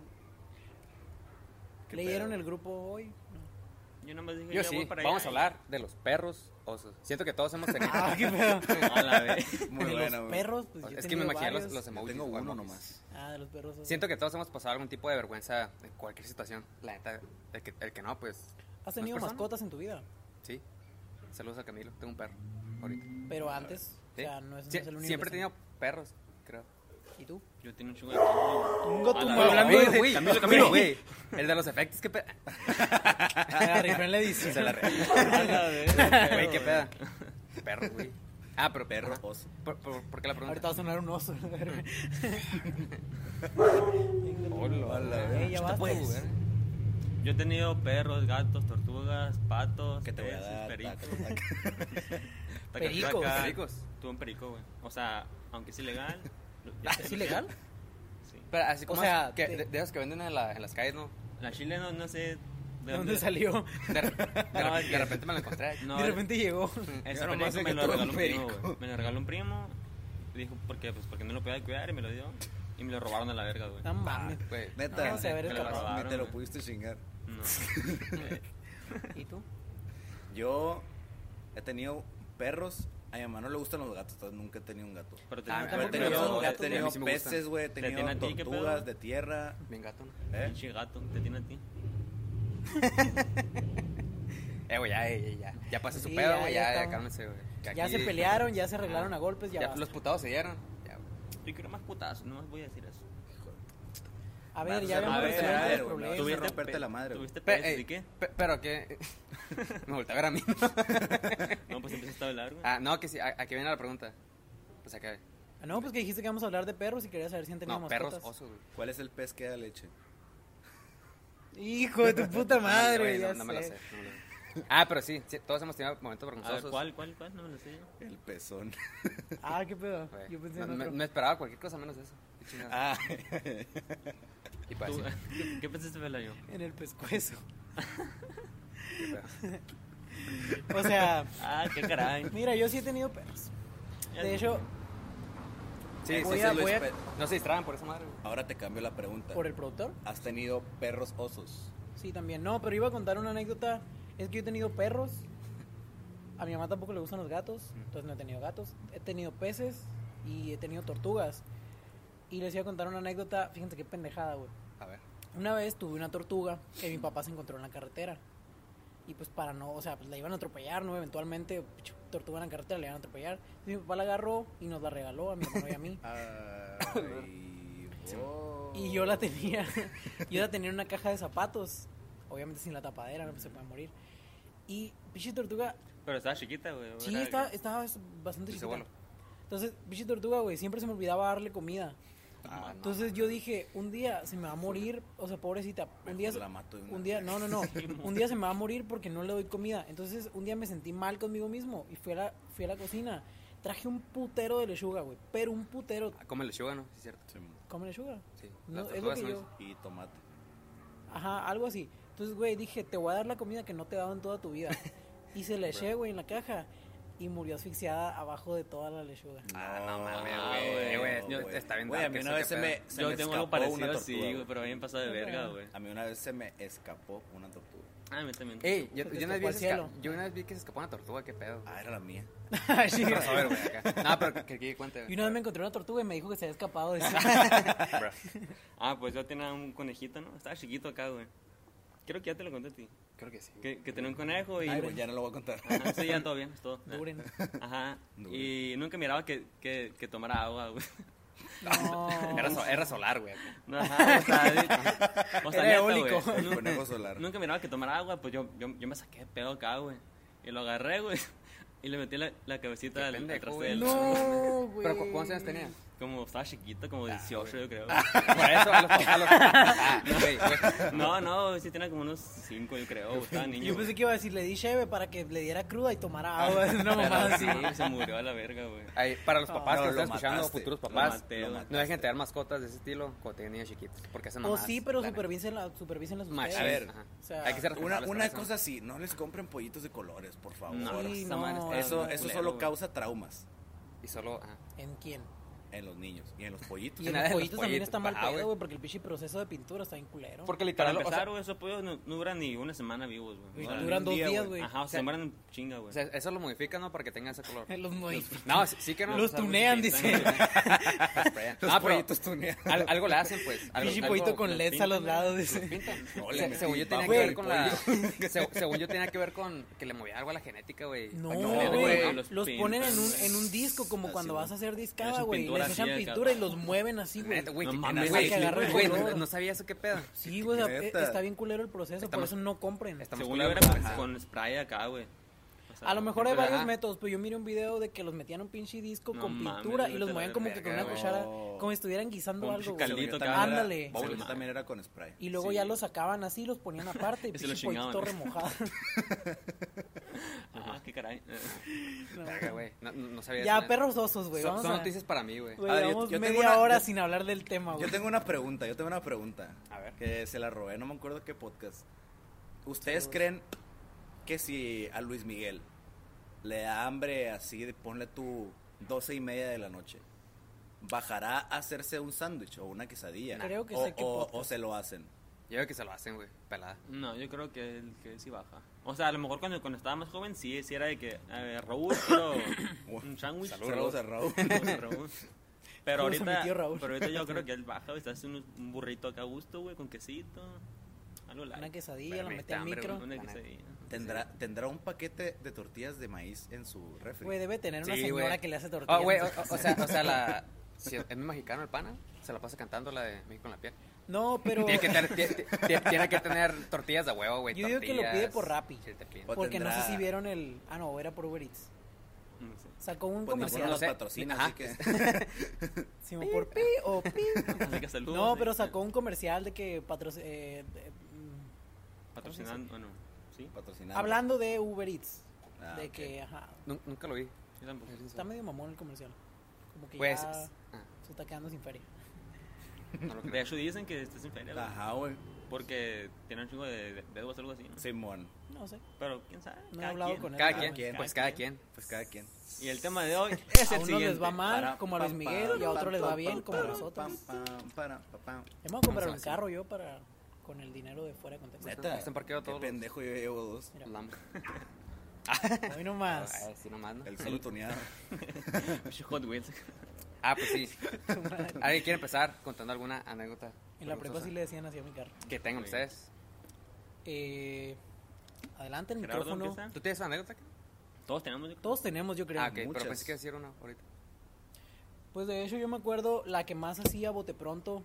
¿Qué ¿Leyeron pedo? el grupo hoy? No. Yo nomás dije, Yo ya voy sí, para vamos a allá hablar de los perros osos. Siento que todos hemos tenido. Ah, qué pedo. y- A la vez. Muy de bueno, los güey. perros, pues yo he es que me tenido imaginé los, varios. los Yo emojis. tengo o uno emojis. nomás. Ah, de los perros. esos. Siento que todos hemos pasado algún tipo de vergüenza en cualquier situación. La neta, el que, el que no, pues ¿Has tenido ¿No es persona? mascotas en tu vida? sí. Saludos a Camilo, tengo un perro ahorita. Pero antes, o Ah, ¿Sí? sea, no es, no Sie- es el único. siempre he que tenido perros, creo. sea. ¿Y tú? Yo tengo un chingo de perros, güey. Tungo, A la tungo. verga. Hablando Oye, de- güey, Camilo, Camilo. güey, El de los efectos, qué pedo. Ah, rifé en la edición. Se la re. A la vez. Güey, qué peda. Perro, güey. Ah, pero Perro, ajá. oso. ¿Por, por, por qué la pregunta? Ahorita va a sonar un oso. la verga. Hola. Ey, ya basta, Pues, güey. Yo he tenido perros, gatos, tortugas, patos, ¿Qué te voy a peces, dar? pericos. Taca, taca. Pericos. Tacataca. Pericos. Tuve un perico, güey. O sea, aunque es ilegal. lo- Ah, ya ¿Es sé. ilegal? Sí. Pero así como O sea, es que- te- de, de esos que venden en, la- en las calles, ¿no? La chile no, no sé ¿De dónde salió? De, de No, re- es de que- repente me lo encontré. No, de repente llegó. ese Yo nomás perico sé me que lo tuve un regaló un primo, perico. güey. Me lo regaló un primo. Dijo, porque Pues porque no lo podía cuidar y me lo dio. Y me lo robaron a la verga, Ah. Ah, güey. No mames. Güey, Neta. Vamos a ver el me lo cabrón. robaron, Ni te lo güey. pudiste chingar. No. Eh, ¿Y tú? Yo he tenido perros. A mi mamá no le gustan los gatos, entonces nunca he tenido un gato. Pero te Ah, Pero tampoco he me tenido, gustan los he gatos, tenido a mí sí me peces, gustan. güey, he tenido tiene a ti, qué tortugas pedo? de tierra. bien gato, ¿no? ¿eh? Pinche gato, te tiene a ti. Eh, güey, ya, eh, ya, ya. Ya pasé su Sí, ya, pedo, güey, ya ya, ya, estamos. cálmense, güey. Que Ya aquí- se pelearon, ya se arreglaron Ah. a golpes, ya Ya basta. los putados se dieron. Ya, güey. Yo quiero más putazos, no más voy a decir eso. A ver, Vamos ya a habíamos ver, resuelto a ver, el güey, problema. no, tuvieron- pe- romperte la madre, güey. ¿Tuviste Pe- peces eh, y qué? pe- pero que... me volteé a ver a mí. No, pues empezaste a hablar, güey. ah, no, que sí, a- aquí viene la pregunta. Pues acá, Ah, no, pues que dijiste que íbamos a hablar de perros y querías saber si han tenido no, perros, mascotas. osos, güey. ¿Cuál es el pez que da leche? Hijo de tu puta Ay, madre, güey, no, ya no me lo sé. sé. no me lo sé. Ah, pero sí, sí, todos hemos tenido momentos A ver, vergonzosos. ¿cuál, cuál, cuál? No me lo sé yo. El pezón. Ah, qué pedo. Güey, Yo pensé no, en me, otro. me esperaba cualquier cosa menos eso. Qué chingada. Ah, y pues, Tú, sí, ¿Qué, qué pensaste, Pelayo? En el pescuezo. qué pedo. O sea, Ah, qué caray. mira, yo sí he tenido perros. De hecho, Sí, ese sí, voy es a- Luis voy a- Pe- No se distraen por esa madre, güey. Ahora te cambio la pregunta. por el productor, ¿Has tenido perros osos? sí, también. No, pero iba a contar una anécdota. Es que yo he tenido perros. A mi mamá tampoco le gustan los gatos, entonces no he tenido gatos. He tenido peces y he tenido tortugas. Y les iba a contar una anécdota. Fíjense qué pendejada, güey. A ver. Una vez tuve una tortuga que mi papá se encontró en la carretera. Y pues para no, o sea, pues la iban a atropellar, ¿no? Eventualmente, pinche tortuga en la carretera la iban a atropellar. Entonces, mi papá la agarró y nos la regaló a mi hermano y a mí. Ah, Ay, wow. Y yo la tenía, yo la tenía en una caja de zapatos. Obviamente sin la tapadera, no pues se puede morir. Y pinche tortuga, Pero estaba chiquita, güey. sí, era- estaba, estaba bastante Y se chiquita. voló. Entonces, pinche tortuga, güey, siempre se me olvidaba darle comida. Ah, no. Entonces yo dije, un día se me va a morir, o sea, pobrecita, un día, Mejor pues, la mato de una un día, no, no, no, un día se me va a morir porque no le doy comida. Entonces un día me sentí mal conmigo mismo y fui a la, fui a la cocina. Traje un putero de lechuga, güey, pero un putero. Ah, come lechuga, ¿no? Sí, es cierto. Sí, ¿Come lechuga? Sí. No, Las es lo tortugas que no yo- dicen. Y tomate. Ajá, algo así. Entonces, güey, dije, te voy a dar la comida que no te he dado en toda tu vida. Y se la eché, güey, en la caja y murió asfixiada abajo de toda la lechuga. Ah, no mames, güey, güey, yo- está bien Güey, a dark mí eso, una qué vez se pedo. me, se Yo me tengo escapó algo una parecido, tortuga, sí, güey, pero a mí me pasó de verga, güey. A mí una vez se me escapó una tortuga. Ah, a mí también. Ey, yo, Se te yo una vez escapó vi al que se esca- cielo. yo una vez vi que se escapó una tortuga, qué pedo. Ah, era la mía. Sí. Para saber, güey, acá. No, pero que, que, que cuente, Y güey. una vez me encontré una tortuga y me dijo que se había escapado de eso. Ah, pues yo tenía un conejito, ¿no? Estaba chiquito acá, güey. Creo que ya te lo conté a ti. Creo que sí. Que, que tenía un conejo y... Ay, güey, ya no lo voy a contar. Ajá, sí, ya todo bien, es todo. Duren. Ajá. Duren. Y nunca miraba que, que, que tomara agua, güey. No. Era, so- era solar, güey. acá. No, ajá, o sea, de- o sea, Era neta, güey. eólico. El Nun- conejo solar. Nunca miraba que tomara agua, pues yo, yo, yo me saqué de pedo acá, güey. Y lo agarré, güey. Y le metí la, la cabecita Qué al pendejo, atrás güey. de él. No, güey. Pero, ¿cu- ¿cuántos años tenía? Como estaba chiquito, como 18, yo creo. Por eso, a los a los- Ah, güey, güey. No, no, sí tenía como unos 5, yo creo. güey, Estaba niño. Yo pensé que iba a decir, le di cheve para que le diera cruda y tomara agua. Es una güey. mamada así. Sí, se murió a la verga, güey. Ay, para los papás No, que lo están escuchando, mataste. futuros Lo papás, maté, güey. no dejen tener mascotas de ese estilo cuando tienen niños chiquitos, porque hacen O mamadas, Pues sí, pero la neta. supervísenla, supervísenlas ustedes. Machín, A ver, ajá. o sea, hay que ser Una, responsables con una eso. cosa así, no les compren pollitos de colores, por favor. No, Sí, esa madre no, está Eso, bien eso culero, solo güey. causa traumas. Y solo. ajá. ¿En quién? en los niños y en los pollitos. Y en nada los de los pollitos también pollitos, está mal ah, pedo, güey. güey, porque el pinche proceso de pintura está bien culero. Porque Para literal. o sea, empezar, güey, esos pollos no, no duran ni una semana vivos, Güey, güey. Bueno, duran un dos día, días, güey. güey. Ajá, o sea, se mueren en chinga, güey. o sea, eso lo modifican, ¿no? Para que tenga ese color. Los modifican. No, sí, sí que no. Los o sea, tunean, sí, sí, dice. sprayan. Los Ah, pero pollitos tuneados. al- algo le hacen, pues. Algo, Pinche algo- pollito con los LEDs a los lados, los dice. pintan. No, le Se- metí según yo un tenía pavo que ver al con la. se- según yo tenía que ver con que le movía algo a la genética, güey. No, Para que saliera, güey. ¿no? Los, Los ponen en un, pintan, en un disco, como Así, cuando güey. vas a hacer Le discada, echan güey. pintura Les echan así, pintura y acá. los mueven así, güey. Neta, güey, No qué mames, neta, güey, güey, que agarre güey, color. no, no sabía eso, qué pedo. Sí, güey, o sea, Neta. e- está bien culero el proceso, por Estamos- eso no compren. estamos Según yo era culero, con- ajá. con spray acá, güey. O sea, A lo mejor hay Ajá. varios métodos, pero yo miré un video de que los metían en un pinche disco No con mames, pintura y güey, los te movían la como que con una verga, güey. cuchara, No. como si estuvieran guisando Con algo, pinche güey. Según caldito yo acá, también era- ándale. según yo Sí. también era con spray. Y luego Sí. ya los sacaban así, los ponían aparte, y Y se los pinche pollito chingaban. remojado. Ajá, Ah, qué caray. No. Verga, güey, No, no- no sabía eso, Ya, neta. perros osos, güey. Son, Vamos son a... noticias para mí, güey. Güey, A ver, yo- llevamos yo tengo media una- hora yo- sin hablar del tema, güey. Yo tengo una pregunta, yo tengo una pregunta. A ver. Que se la robé, no me acuerdo qué podcast. ¿Ustedes creen que si a Luis Miguel le da hambre así, de- ponle tú doce y media de la noche, bajará a hacerse un sándwich o una quesadilla? Creo que o, sé qué o- podcast. o se lo hacen. Yo creo que se lo hacen, güey. Pelada. No, yo creo que, él- que él sí baja. O sea, a lo mejor cuando, cuando estaba más joven sí, sí era de que, a ver, Raúl, quiero un sándwich. Saludos a Raúl. Saludos a Raúl. Pero Saludos a mi ahorita, tío Raúl. pero ahorita yo creo que él baja, güey, se hace un, un burrito acá a gusto, güey, con quesito, algo light. Una quesadilla, la Verme, metí al hambre, micro. Una La neta. quesadilla. ¿Tendrá, tendrá un paquete de tortillas de maíz en su refri. Güey, debe tener una Sí, señora güey. que le hace tortillas. Oh, güey, o, o- o sea, o sea, la. Si es es mexicano el pana, se la pasa cantando la de México en la piel. No, pero... Tiene, que tener, tie- tie- tiene que tener tortillas de huevo, güey. Yo digo que lo tortillas, pide por Rappi. chiltepín. O Porque no tendrá- sé si vieron el... Ah, no, era por Uber Eats. No sé. Sacó un Pues ninguno comercial. los sé. patrocina, Ajá. así que... si me por pi o pi. Así que saludos. No, eh, pero sacó un comercial de que patro- eh, de- mm, Patrocinando, bueno, sí, patrocinado. Hablando de Uber Eats. Ah, de ok. que, ajá. Nu- Nunca lo vi. yo tampoco. Está medio mamón el comercial. Como que Pues. ya es- ah, se está quedando sin feria. no lo De creo. hecho dicen que estás en feria, güey, Ah. Ajá, güey. porque tiene un chingo de de- deudas o algo así, ¿no? Simón. No sé. Pero quién sabe. No he Cada hablado quien. con él. Cada Ah, quien, quien. pues cada quien. Pues cada quien. Y el tema de hoy es a el unos siguiente. les va mal, Para, como a Luis pam, Miguel, pam, y a otro pam, les va pam, bien, pam, como a pam, nosotros. pam, pam, para, pa, Me pam. voy a comprar Vamos a un ver, sí. carro yo para... Con el dinero de fuera de contexto. Neta, Están parqueados qué todos los- pendejo, yo llevo dos. Mira. Lambo. Hoy Ah, nomás. sí, nomás, ¿no? El solo tuneado. Pinche Hot Wheels. Ah, pues sí. ¿Alguien quiere empezar contando alguna anécdota? En la prepa vergonzosa sí le decían así a mi carro. Que tengan Sí. ustedes. Eh, adelante el Gerardo, micrófono. empieza. ¿Tú tienes una anécdota? Todos tenemos. Todos tenemos, yo creo. Ah, ok, muchas. pero pensé que decir una ahorita. Pues de hecho yo me acuerdo la que más hacía bote pronto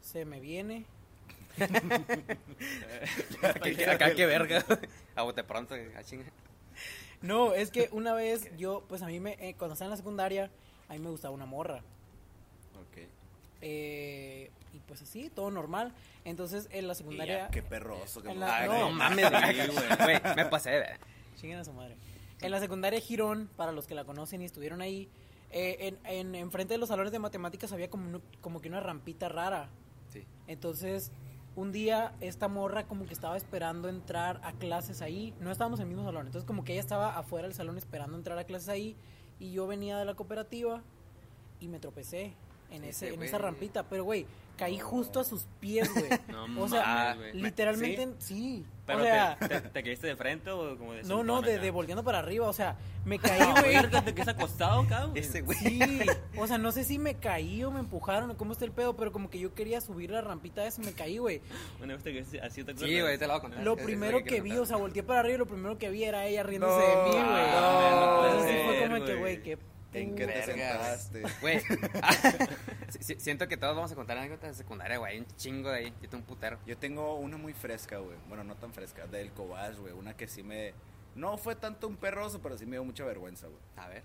se me viene. Acá, acá, qué verga. A bote pronto, a chinga. No, es que una vez yo, pues a mí me, eh, cuando estaba en la secundaria, a mí me gustaba una morra. Pues Ok. Eh, y pues así, todo normal. Entonces en la secundaria... Qué perroso. Que En no- la- Ay, Ay, no, no, mames, sí, Ah, güey. güey. Güey, me pasé de ver. Chinguen a su madre. En la secundaria Girón, para los que la conocen y estuvieron ahí, eh, en, en, enfrente de los salones de matemáticas había como, un- como que una rampita rara. Sí. Entonces, un día esta morra como que estaba esperando entrar a clases ahí. No estábamos en el mismo salón. Entonces, como que ella estaba afuera del salón esperando entrar a clases ahí. Y yo venía de la cooperativa y me tropecé en, Sí, ese, sí, en güey. esa rampita. Pero, güey, caí justo a sus pies, güey. No o sea, mames, güey. literalmente, sí. Pero o sea, te, te- te caíste de frente o como de no, no, sentón de, acá? de volteando para arriba. O sea, me caí, No, güey. verga, te quedas acostado, cabrón. Ese güey. Sí, o sea, no sé si me caí o me empujaron o cómo está el pedo, pero como que yo quería subir la rampita esa y me caí, güey. Bueno, viste que así- así te acuerdas. Ah, Sí, güey, te la voy a contar. Lo Es- es primero que quiero vi, contar. o sea, volteé para arriba y lo primero que vi era ella riéndose de No, mí, güey. no, Entonces sí fue no puede como ser, que, güey, güey. qué ¿En qué te Vergas. sentaste? Güey, sí, sí, siento que todos vamos a contar anécdotas de secundaria, güey. Hay un chingo de ahí. Yo tengo un putero. Yo tengo una muy fresca, güey. Bueno, no tan fresca. Del Cobach, güey. Una que sí me... No fue tanto un perroso, pero sí me dio mucha vergüenza, güey. A ver.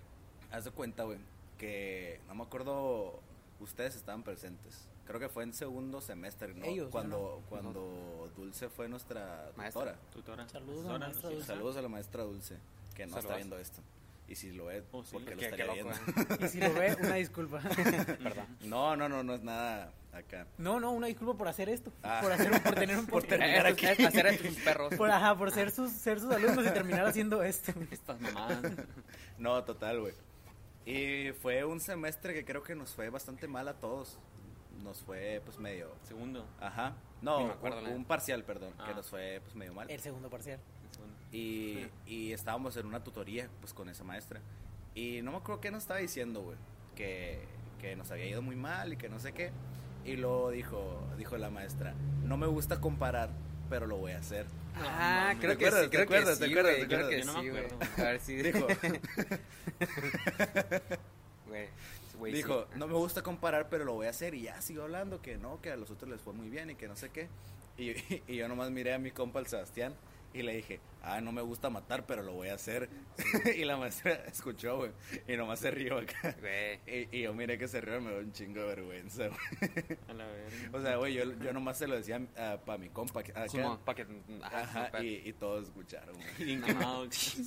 Haz de cuenta, güey, que no me acuerdo, ustedes estaban presentes. Creo que fue en segundo semestre, ¿no? Ellos, yo cuando cuando Dulce fue nuestra Maestra. Pues, ah. tutora. Tutora. Saludos, Tutora, maestra sí. Dulce. Saludos a la maestra Dulce, que no Saludos. está viendo esto. Y si lo ve, Oh, sí. porque lo Qué- qué estaría viendo. loco, ¿eh? Y si lo ve, una disculpa. Perdón. No, no, no, no es nada acá. No, no, una disculpa por hacer esto. Ah. Por, hacer, un- por tener un Por podcast. terminar Eh, estos- Hacer a tus perros. Por, ajá, por ser sus, ser sus alumnos y terminar haciendo esto. Estas mamadas. No, total, güey. Y fue un semestre que creo que nos fue bastante mal a todos. Nos fue pues medio... Segundo. Ajá. No, Ni me acuerdo, un, la neta. un parcial, perdón, que Ah. nos fue pues medio mal. El segundo parcial. el segundo. Y, y estábamos en una tutoría pues con esa maestra. Y no me acuerdo qué nos estaba diciendo, güey. Que, que nos había ido muy mal y que no sé qué. Y luego dijo, dijo la maestra, no me gusta comparar, pero lo voy a hacer. Ah, mames. creo ¿Te que acuerdas? sí, ¿Te creo que acuerdas? ¿Te sí, acuerdas? güey, ¿Te creo que acuerdas? Yo sí, no me güey. acuerdo. A ver si... Dijo, Güey, güey, dijo, sí. no me gusta comparar, pero lo voy a hacer. Y ya siguió hablando que no, que a los otros les fue muy bien y que no sé qué. Y, y yo nomás miré a mi compa, el Sebastián, y le dije, ah, no me gusta matar, pero lo voy a hacer. y la maestra escuchó, güey, y nomás se rió acá. Güey, Y, y yo miré que se rió, y me da un chingo de vergüenza, güey. A la verga. O sea, güey, yo, yo nomás se lo decía para mi compa. acá. Simón, Ah, pa' que... Ajá, Ajá, pa- y, y todos escucharon, güey. Bien quemado. Sí.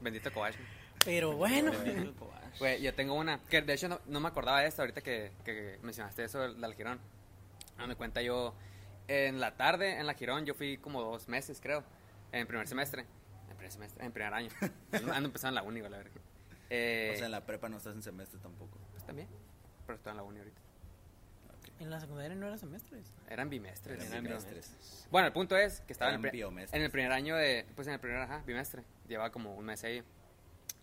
Bendito Kobashi. Pero bueno. Bien cobarde. Güey, yo tengo una. Que de hecho no, no me acordaba de esto ahorita que, que mencionaste eso del, del Girón. Dame cuenta yo. En la tarde, en la Girón, yo fui como dos meses, creo. En primer semestre. En primer semestre. En primer año. Ando ando empezando en la uni, güey, la verdad. Eh, O sea, en la prepa no estás en semestre tampoco. pues, también. Pero estoy en la uni ahorita. En la secundaria no eran semestres. Eran bimestres. Eran creo. bimestres. Bueno, el punto es que estaba en Eran el, pri- biomestres. en el primer año de. Pues en el primer ajá, bimestre. Llevaba como un mes ahí.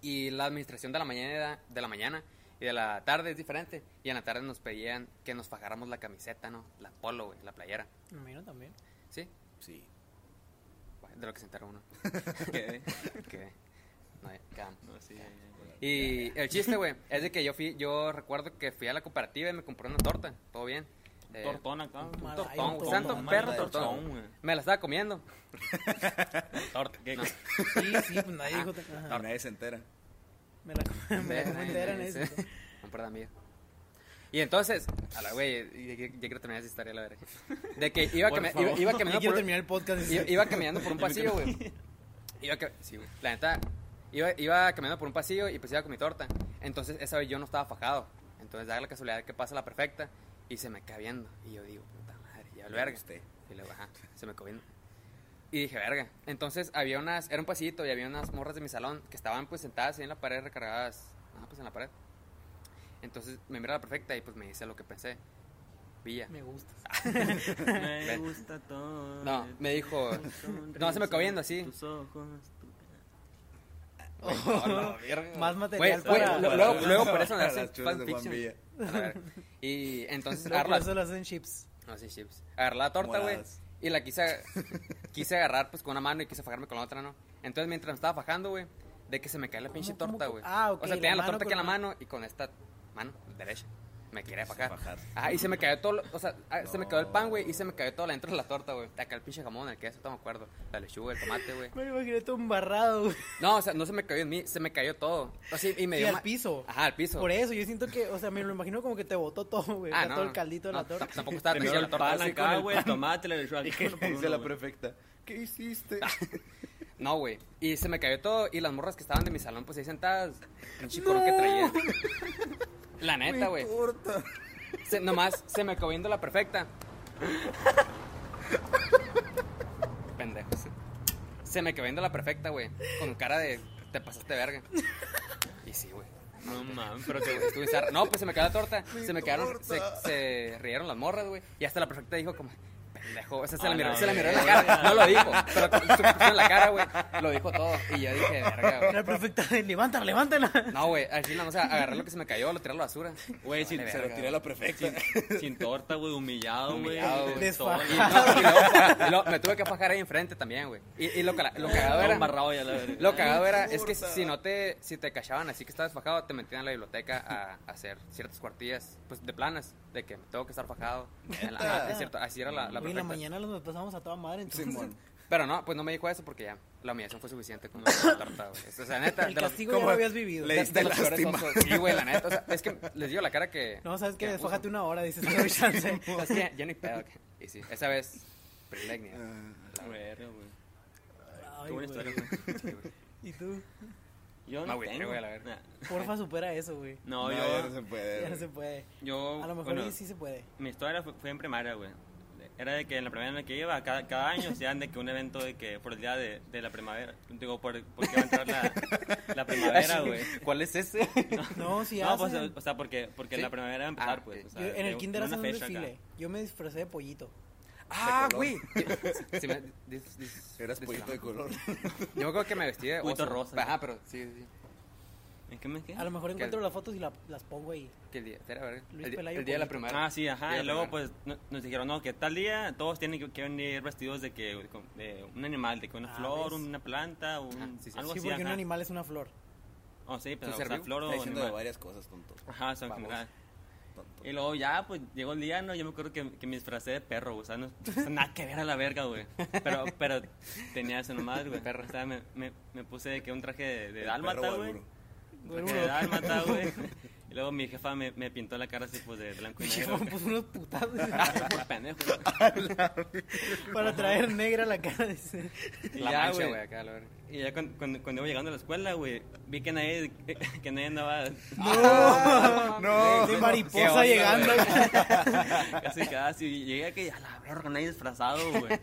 Y la administración de la mañana de la mañana y de la tarde es diferente. Y en la tarde nos pedían que nos fajáramos la camiseta, ¿no? La polo, güey, la playera. Me imagino también. ¿Sí? Sí. Bueno, De lo que se entera uno. ¿Qué? que. No, ya, cam. No, sí. Y el chiste, güey, es de que yo fui, yo recuerdo que fui a la cooperativa y me compré una torta, todo bien. Eh, Tortón acá. güey. un Mala, hay tortón, un güey, tortón, santo mala perro de tortón, güey. tortón. Me la estaba comiendo. torta. ¿Qué- no. Sí, sí, pues nadie dijo. ajá. Ah, No, nadie se entera. Me la me la Ven, comentaron ven, eso. ven. Un par de amigos. Y entonces, a la güey, ya, ya- ya quiero terminar esa historia, la verdad. De que iba, Por cami- favor. iba, iba Ya caminando quiero por, terminar el podcast. iba, iba caminando por un pasillo, güey. Iba, ca- sí, güey. La neta, iba, iba caminando por un pasillo y pues iba con mi torta. Entonces, esa vez yo no estaba fajado. Entonces, da la casualidad que pasa la perfecta y se me cae viendo. Y yo digo, puta madre, ya lo verga. Usted. Y luego, ajá, se me comió. Y dije, verga. Entonces había unas, era un pasillito y había unas morras de mi salón que estaban pues sentadas ahí en la pared recargadas. Ajá, pues en la pared. Entonces me mira la perfecta y pues me dice lo que pensé. Villa. Me gustas. Ah, Me Ven. gusta todo. No, me dijo- No, se me acabó viendo así. Tus ojos. tu- Güey, no, no, verga. Más material Güey, para- güey, lo- para- luego, luego por eso para nace las chulas de Juan fanfiction. Villa. A la verga. Y entonces Luego agarro por la, eso las hacen chips. no, sí, chips. agarré la torta, güey. Moradas. Y la quise, quise agarrar pues con una mano y quise fajarme con la otra, ¿no? Entonces mientras me estaba fajando, güey, de que se me cae la ¿Cómo, pinche cómo, torta, cómo? güey. Ah, ok, O sea, tenía la la, mano torta con aquí en la la- mano y con esta mano derecha me quería fajar. fajar. Ajá, y se me cayó todo, lo- o sea, ah, se me cayó el pan, güey, y se me No. cayó todo la dentro de la torta, güey. Acá el pinche jamón, el queso, todo me acuerdo. La lechuga, el tomate, güey. Me imaginé todo embarrado, güey. No, o sea, no se me cayó en mí, se me cayó todo. Así, y me Y dio al ma- piso. Ajá, al piso. Ah, Por eso, yo siento que, o sea, me lo imagino como que te botó todo, güey. Acá todo el caldito de la no, torta. t- Tampoco estaba Primero tan la el torta. pan así acá, güey, el tomate, la lechuga. Y uno por dice uno, la güey. prefecta, ¿qué hiciste? No, güey. Y se me cayó todo. Y las morras que estaban de mi salón, pues ahí sentadas. Un chico que traía. La neta, güey. importa. Se- nomás se me acabó viendo la perfecta. Pendejos. Se me quedó viendo la perfecta, güey. Con cara de. Te pasaste verga. Y sí, güey. No mames. Pero que estuve zarra. No, pues se me quedó la torta. Se me quedaron. Se, torta. se rieron las morras, güey. Y hasta la perfecta dijo como. Pendejo. O sea, se Ah, la miró, no, se la miró en la verga. cara. No lo dijo. Pero con su expresión en la cara, güey. Lo dijo todo. Y yo dije, verga, güey. Era perfecta. Levántala, levántala. No, güey. Al final, o sea, agarré lo que se me cayó, lo tiré a la basura. Güey, Vale, si se verga, lo tiré a la prefecta. Sin torta, güey, humillado, güey. Humillado, güey. Todo. Y, no, y luego- y luego me tuve que fajar ahí enfrente también, güey. Y, y lo, cala- lo cagado Todo era. embarrado ya, la verga. Lo cagado era, es Torta. que si no te, si te cachaban así que estabas fajado, te metían a la biblioteca a, a hacer ciertas cuartillas, pues de planas, de que tengo que estar fajado. En la- ajá, es cierto, así era la, la Güey, en la perfecta. mañana los pasamos a toda madre, entonces. Simón. Pero no, pues no me dijo eso porque ya la humillación fue suficiente con la torta, güey. O sea, neta, El de los- castigo ya lo habías vivido. Le de- de diste los peores lástima. osos. Sí, güey, la neta. O sea, es que les digo la cara que. No, sabes que me puso. desfájate una hora, dices, no hay chance. Es que ya no hay pedo. que- Y sí, esa vez, privilegio. Ah. Verga, güey. Ay, Qué buena güey. historia, güey. ¿Y tú? Yo No, no güey, tengo. güey, la verga. Porfa, supera eso, güey. No, ya no yo... se puede. Ya Eh, no güey. se puede. Yo... A lo mejor Oh, bueno, sí se puede. Mi historia fue, fue en primaria, güey. De- era de que en la primera en la que iba, cada, cada año hacían de que un evento de que por el día de, de la primavera, digo, por, porque iba a entrar la, la primavera, güey. ¿Cuál es ese? No, sí no, pues, hacen. o sea, porque, porque ¿Sí? la primavera iba a empezar, Ah, pues. o sea, Yo en el de kinder una hacen un fecha acá. desfile. Yo me disfracé de pollito. Ah, güey. Se me- dis- dis- Eras dis- pollito de color. Yo me acuerdo que me vestí de Pollito oso. rosa. Ajá, pero sí, sí. ¿En qué me qué? A lo mejor ¿Qué? encuentro las fotos y la- las pongo ahí. Que el día, espera, a ver, Luis el, di- Pelayo el día de la Pollito. primavera. Ah, sí, ajá. Día de Y la luego, primavera. pues, no- nos dijeron, no, que tal día todos tienen que, que venir vestidos de que de un animal, de que una Ah, flor, ¿ves? una planta, un, Ajá, sí, sí, algo sí, así, porque un ajá. animal es una flor. Oh, sí, pero, ¿Tú o sea, serviu? flor Está o diciendo de animal. varias cosas, tonto. Ajá, o sea, en Vamos. general. Tonto. Y luego ya, pues llegó el día, ¿no? Yo me acuerdo que, que me disfracé de perro, o sea, no, o sea, nada que ver a la verga, güey. Pero, pero tenía eso nomás, güey. O sea, me, me, me puse de que un traje de, de El dálmata, perro güey. Balburo. Un traje de dálmata, güey. Y luego mi jefa me, me pintó la cara así, pues, de blanco y negro. Pues unos putazos güey. Por pendejo, güey. para traer negra la cara. dice. Y La ya, mancha, güey. güey, acá, la verga. Y ya cuando, cuando, cuando iba llegando a la escuela, güey, vi que nadie, que nadie andaba Ah, no. De güey. mariposa Qué oso, llegando. güey. casi casi. Y ah, llegué aquí, a la verga, nadie disfrazado, güey.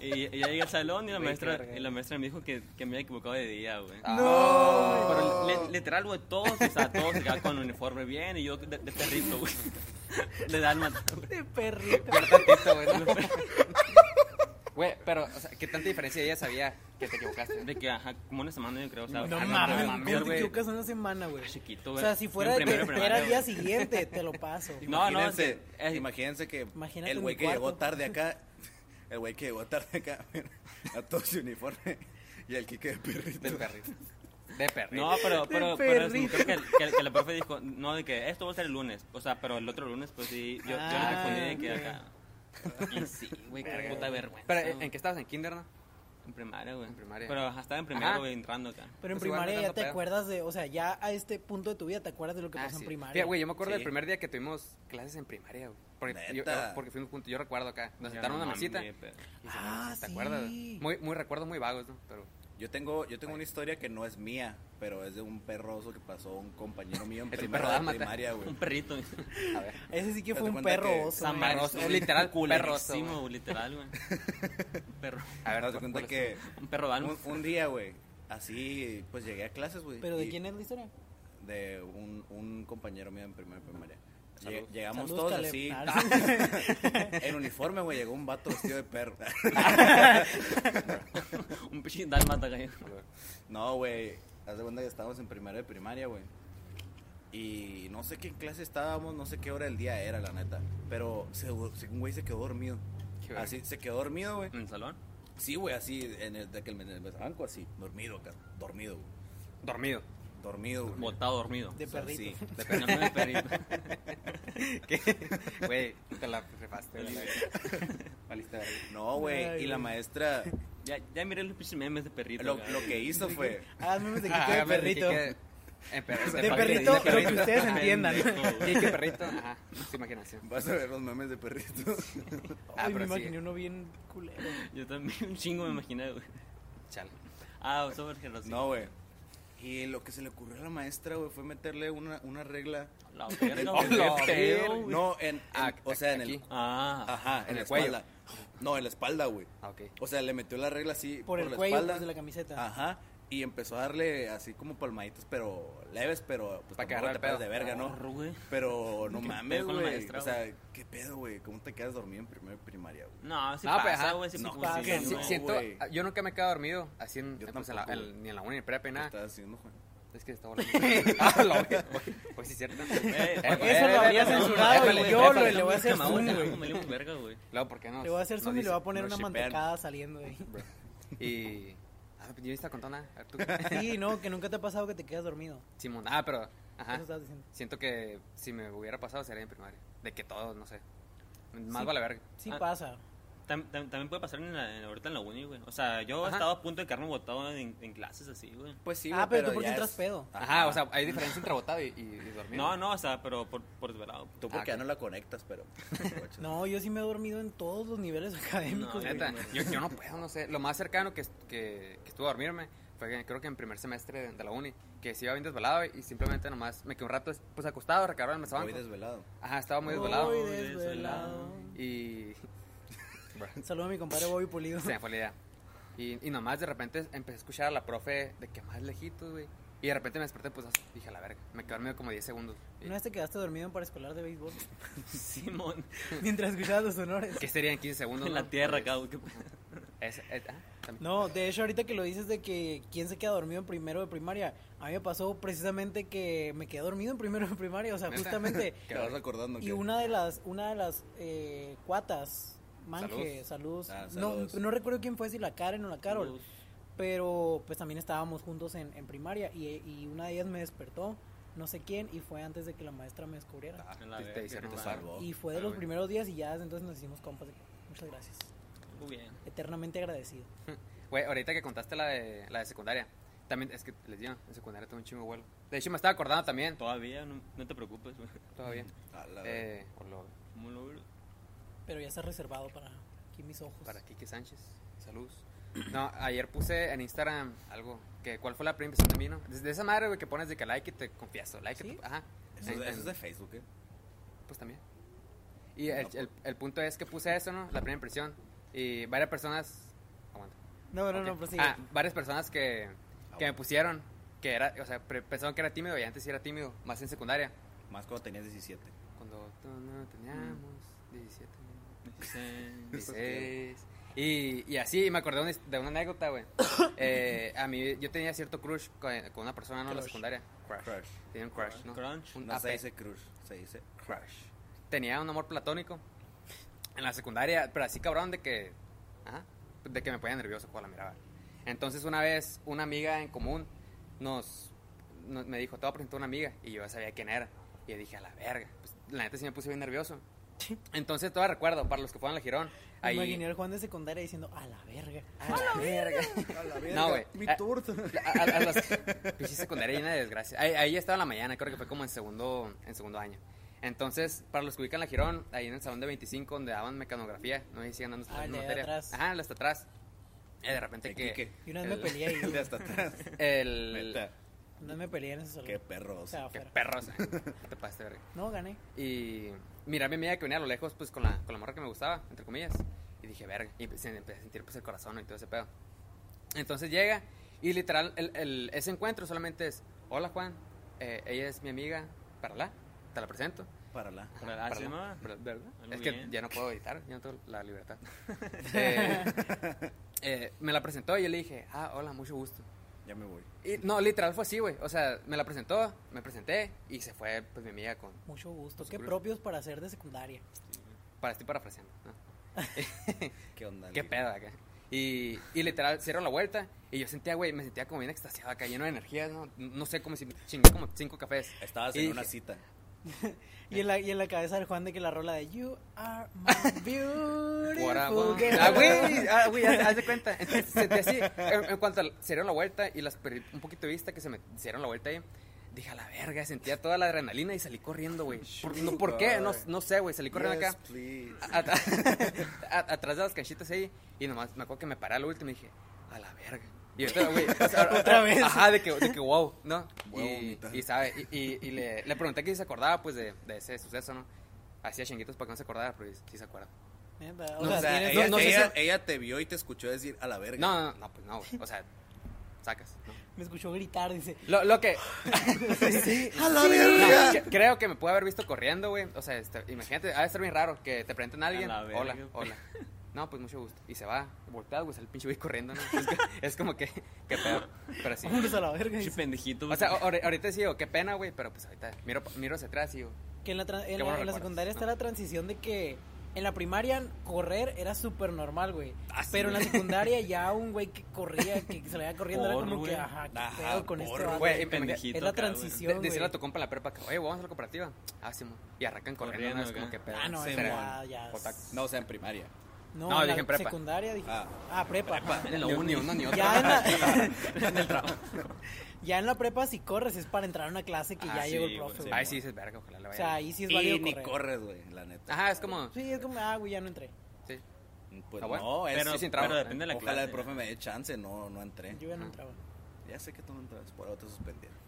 Y, y ya llegué al salón y la Güey, maestra, qué verga. Ah. y la maestra me dijo que, que me había equivocado de día, güey. No. Pero li- literal, güey, todos, o sea, todos acá con uniforme bien y yo de, de perrito, güey. De dálmata, güey. De perrito. Tantito, güey, ¿no? Güey, pero, o sea, ¿qué tanta diferencia ella sabía que te equivocaste? De que, ajá, como una semana yo creo, o sea, No ah, mames, mames, ¿cómo te güey. equivocas una semana, güey? Chiquito, O güey. sea, si fuera Yo de en primero de tercera al primaria, día güey. siguiente, te lo paso. No, no, es Imagínense, que- es- imagínense que Imagínate el en güey mi que llegó cuarto. tarde acá, el güey que llegó tarde acá, a todo su uniforme y el Kike de perrito. Del perrito. De perrito. No, pero, pero, pero es- perrito. creo que, que, que la profe dijo, no, de que esto va a ser el lunes. O sea, pero el otro lunes, pues sí, yo, yo Ah, le respondí de que ok. acá. Y sí, güey, qué Verga, puta güey. vergüenza. Pero, ¿en- güey. ¿en qué estabas? ¿En kinder, no? En primaria, güey. En primaria. Pero ajá, estaba en primaria, Ajá. güey, entrando acá. Pero en Pues igual no primaria ya tanto te pedo. acuerdas de, o sea, ya a este punto de tu vida te acuerdas de lo que Ah, pasó sí. en primaria. Fíjate, güey, yo me acuerdo Sí. del primer día que tuvimos clases en primaria, güey. Porque, yo, Neta. porque fuimos juntos, yo recuerdo acá. Nos Ya, sentaron no en una mames, mesita. güey, pero- Y se- Ah, ¿Te sí. acuerdas? Muy, muy recuerdos muy vagos, ¿no? Pero, Yo tengo, yo tengo una historia que no es mía, pero es de un perroso que pasó a un compañero mío en Es un primero perro de dálmata. primaria, güey. Un perrito. a ver. Ese sí que Haz fue de un cuenta perro que- oso. ¿eh? San man. Marcos, es literal, perroso, Culerísimo, güey. güey, literal, güey. Un perro. A ver, Haz de cu- cuenta cu- que Un perro un, balmo. un día, güey, así, pues llegué a clases, güey. ¿Pero de y- quién es la historia? De un, un compañero mío en primero de primaria. Lleg- Saludos. Llegamos Saludos, todos Caleb. así. Ah, En uniforme, güey, llegó un vato vestido de perro. Un pichín dálmata, güey. No, güey. Haz de cuenta que estábamos en primero de primaria, güey. Y no sé qué clase estábamos, no sé qué hora del día era, la neta. Pero se- un güey se quedó dormido. Qué verga. Así, se quedó dormido, güey. En el salón. Sí, güey, así, en el, de que el, en el banco, así. Dormido, acá, dormido, güey. Dormido. Dormido, güey. Botado, dormido. De O sea, perrito. sí. De perrito. De perrito. ¿Qué? Güey, te la refaste, güey. Valiste, verga. No, güey. Ay, Y la güey. maestra, Ya, ya miré los pichín memes de perrito. lo, güey. lo que hizo fue... Ah, memes de Ah, Kike de hágame perrito. Quique en eh, perro- De pa- perrito, de lo que ustedes entiendan. Pendejo, güey. Quique perrito, ajá, su imaginación. Vas a ver los memes de perrito. Ah, Ay, me pero sí. imaginé uno bien culero. Yo también un chingo me imaginé, güey. Chale. Ah, sobre generación. No, güey. Y lo que se le ocurrió a la maestra, güey, fue meterle una, una regla. La verga, Oh, güey. la Qué verga. pedo, güey. No, en, en- Ah, o sea, en el... aquí. Ah. Ajá, en, En la el cuello. espalda. No, en la espalda, güey. Ah, ok. O sea, le metió la regla así Por el la cuello, espalda. pues, de la Ah, camiseta. Ajá. Y empezó a darle así como palmaditas, pero leves, pero pues Pa' que tampoco agarre te el pases pedo. de verga, ¿no? Ahorro, güey. Pero no ¿Qué mames, pedo con la güey. maestra, O sea, ¿qué pedo, güey? ¿Cómo te quedas dormido en primer primaria, güey? No, sí No, pues, pasa, ajá. güey. Sí No, pasa, pasa, sí, sí, no. sí. Siento, ah, güey. yo nunca me he quedado dormido así en, Yo pues, en la- tampoco, en- güey. ni en la uni ni prepa ¿Qué ni nada. estás haciendo, güey? Es que está volando. ah, lo vi. Pues sí, cierto. Eso lo habría censurado épale, y yo lo- épale. le voy a hacer Mamá, güey, zoom, güey. me limpo verga, güey. Luego, ¿por qué no? Le voy a hacer no zoom y le dice? voy a poner nos una shipean. mantecada saliendo de ahí. Y. Ah, yo me estaba contando nada. A ver, tú. Sí, no, que nunca te ha pasado que te quedas dormido. Simón. Ah, pero. Ajá. Eso estabas diciendo. Siento que si me hubiera pasado sería en primaria. De que todos, no sé. Más vale verga. Sí Ah. pasa. Tam- tam- También puede pasar en la, en- ahorita en la uni, güey. O sea, yo he Ajá. estado a punto de quedarme botado en, en clases así, güey. Pues sí, Ah, güey, pero tú porque ya entras es- pedo. Ajá, o sea, hay diferencia entre botado y, y, y dormido. No, no, o sea, pero por, por desvelado. Tú Ah, porque ya ok. no la conectas, pero... No, yo sí me he dormido en todos los niveles académicos. No, güey. Neta, yo, yo no puedo, no sé. Lo más cercano que, que, que estuve a dormirme fue que creo que en primer semestre de, de la uni, que se iba bien desvelado y simplemente nomás me quedé un rato pues acostado, recargado en el Voy mesabanco. desvelado. Ajá, estaba muy Muy desvelado. desvelado. Y. Saludo a mi compadre Bobby Pulido. Se me fue la idea. Y, y nomás de repente empecé a escuchar a la profe de que más lejitos, güey. Y de repente me desperté, pues así, dije, a la verga. Me quedé dormido como 10 segundos. Y- ¿No este es te quedaste dormido en paraescolar de béisbol? Simón. Mientras escuchabas los honores. ¿Qué serían 15 segundos? En no? la tierra, Pues, cabrón. es- es- ah, también. No, de hecho ahorita que lo dices de que quién se queda dormido en primero de primaria, a mí me pasó precisamente que me quedé dormido en primero de primaria, o sea, ¿Neta? justamente. Te vas recordando y que- una de las, una de las eh, cuatas, Manje, salud, Ah, saludos. no, no recuerdo quién fue, si la Karen o la Carol, Saludos. pero pues también estábamos juntos en, en primaria y, y una de ellas me despertó, no sé quién, y fue antes de que la maestra me descubriera. Ah, oh, En la Te- te verga. hicieron te mal. salvó. Y fue Ah, de los güey. primeros días y ya desde entonces nos hicimos compas. de que, Muchas gracias. Muy bien. Eternamente agradecido. Güey, ahorita que contaste la de, la de secundaria. También, es que les digo, en secundaria tuve un chingo de vuelo. De hecho, me estaba acordando también. Todavía, no, no te preocupes, güey. Todavía. A Ah, la verga. Eh, o lo- ¿Cómo lo logro? Pero ya está reservado para aquí mis ojos. para Kike Sánchez. Saludos. No, ayer puse en Instagram algo. Que, ¿Cuál fue la primera impresión de mí, no? Desde esa madre, güey, que pones de que like y te confieso. Like ¿Sí? it, Ajá. Eso, En- eso es en- de Facebook, ¿eh? Pues también. Y el, el- el punto es que puse eso, ¿no? La primera impresión. Y varias personas. Aguanta. No, no, Ok. no, prosigue. Ah, varias personas que, que me bueno. pusieron. Que era, o sea, pre- pensaban que era tímido y antes sí era tímido. Más en secundaria. Más cuando tenías 17. Cuando tú no teníamos 17, Dieciséis. 16. Y, y así, y me acordé de una, his- de una anécdota, güey. Eh, a mí, yo tenía cierto crush con, con una persona, ¿no? En la Crush. secundadas secundaria. Crush. Crush. Tenía un crush, ¿no? Crunch. Un No se AP. dice crush, se dice crush. tenía un amor platónico en la secundaria, pero así cabrón de que, ajá, de que me ponía nervioso cuando la miraba. Entonces una vez una amiga en común nos, no- me dijo, te voy a presentar una amiga y yo ya sabía quién era. Y yo dije, a la verga, Pues, la neta sí me puse bien nervioso. Entonces todavía recuerdo, para los que fueron al Girón, ahí... Imaginé al Juan de secundaria diciendo, a la verga. A la verga. No, güey. Eh, Mi torta. A, a- a las- pinche secundaria llena de desgracia. Ahí, ahí estaba en la mañana, creo que fue como en segundo, en segundo año. Entonces, para los que ubican la Girón, ahí en el salón de 25, donde daban mecanografía, no sé si siguen dando esta Ah, el de materia. atrás. Ajá, el hasta atrás. Y de repente De que. Quique. Y una vez me el- peleé ahí. De hasta atrás. El. Neta, Una vez me peleé en ese salón. Qué perros. O sea, Qué afuera. perros, eh. Te pasaste, verga. No, gané. Y miré a mi amiga que venía a lo lejos, pues con la, con la morra que me gustaba, entre comillas. Y dije, verga. Y empecé, empecé a sentir pues el corazón y todo ese pedo. Entonces llega y literal, el, el- ese encuentro solamente es: Hola Juan, eh, ella es mi amiga, para la, te la presento. Para la. Para la- Para ¿se la- llamaba? para- ¿verdad? Algo Es que bien. ya no puedo editar, ya no tengo la libertad. Eh, eh, me la presentó y yo le dije, ah, hola, mucho gusto. Ya me voy. Y, no, literal fue así, güey. O sea, me la presentó, me presenté y se fue pues mi amiga con, Mucho gusto. Pues, Qué cool. propios para ser de secundaria. para estoy parafraseando. ¿no? ¿Qué onda? qué Lili? pedo acá. Y, y literal, cierro la vuelta y yo sentía, güey, me sentía como bien extasiado acá, lleno de energía, ¿no? No sé, como si me chingué como cinco cafés. Estabas Y en dije, una cita. Eh. Y en, la, y en la cabeza del Juan de que la rola de You are my "What a woman". beautiful Ah, girl. güey, ah, güey, haz, haz de cuenta. Entonces, sentí así, en, en cuanto al- cierro la vuelta y las perdí un poquito de vista que se me hicieron la vuelta ahí. Dije, a la verga, sentía toda la adrenalina y salí corriendo, güey. Por- no, ¿Por qué? No, no sé, güey, salí corriendo Yes, acá. Ah, please. a- a- a- atrás de las canchitas ahí y nomás me acuerdo que me paré al último y dije, a la verga. Y ahorita, güey, o sea, Otra vez. Ajá, de que, de que wow, ¿no? Voy a y, vomitar. y sabe, y, y- y le, le pregunté que si se acordaba, pues, de, de ese suceso, ¿no? Hacía chinguitos para que no se acordara, pero sí se acuerda. Neta, O No, sea, O sea, tienes- ella, no sé ella- si- ella te vio y te escuchó decir a la verga. No, no, no, no, pues no, güey, o sea, sacas, ¿no? me escuchó gritar, dice. Lo, lo que... ¡A la No, verga! que- creo que me puede haber visto corriendo, güey. O sea, este, imagínate, ha de ser bien raro que te presenten a alguien. A la verga, hola, güey. hola. No, pues mucho gusto. Y se va, volteado, güey, sale el pinche güey corriendo, ¿no? Es, que- es como que, qué pedo. Pero sí. Vámonos a la verga. Pinche dice. pendejito. O sea, ahor- ahorita sí digo, qué pena, güey, pero pues ahorita miro, miro hacia atrás y digo, Que en la, tran- en la- en buenos la recuerdos, secundaria está ¿no? la transición de que en la primaria correr era súper normal, güey. Ah, sí, Pero en la güey. secundaria ya un güey que corría, que se le iba corriendo, era Por, como güey. que, ajá, ¿qué Ajá, pedo con por, este vato? güey. pendejito. Es la acá, güey. transición. de- güey. decirle a tu compa en la prepa que, oye, vamos a la cooperativa. Ah, sí, mo. Y arrancan corriendo, ¿no? Corriendo Es como acá. que pedo. Ah, no, Se eso ya, ya es- Otaku. No, o sea, en primaria. No, No, en dije la en prepa. secundaria dije. Ah. Ah, prepa. ajá. En la Ni- Ni uni. uno ni otro. Ya en, la, ya en la prepa si corres es para entrar a una clase que Ah, ya sí, llegó el güey, profe. sí. güey. Ay, sí, dices, verga, ojalá le o vaya. sea, bien. ahí sí es válido Y ni correr. corres, güey, la neta. Ajá, es como, Sí, es como, ah, güey, ya no entré. sí. Pues Ah, bueno. no, es- Pero, sí, sin trabajo. pero depende de la Ojalá clase. el profe me dé chance, no, no entré. Yo ya no Ajá. entraba. Ya sé que tú no entras, por ahora te suspendieron.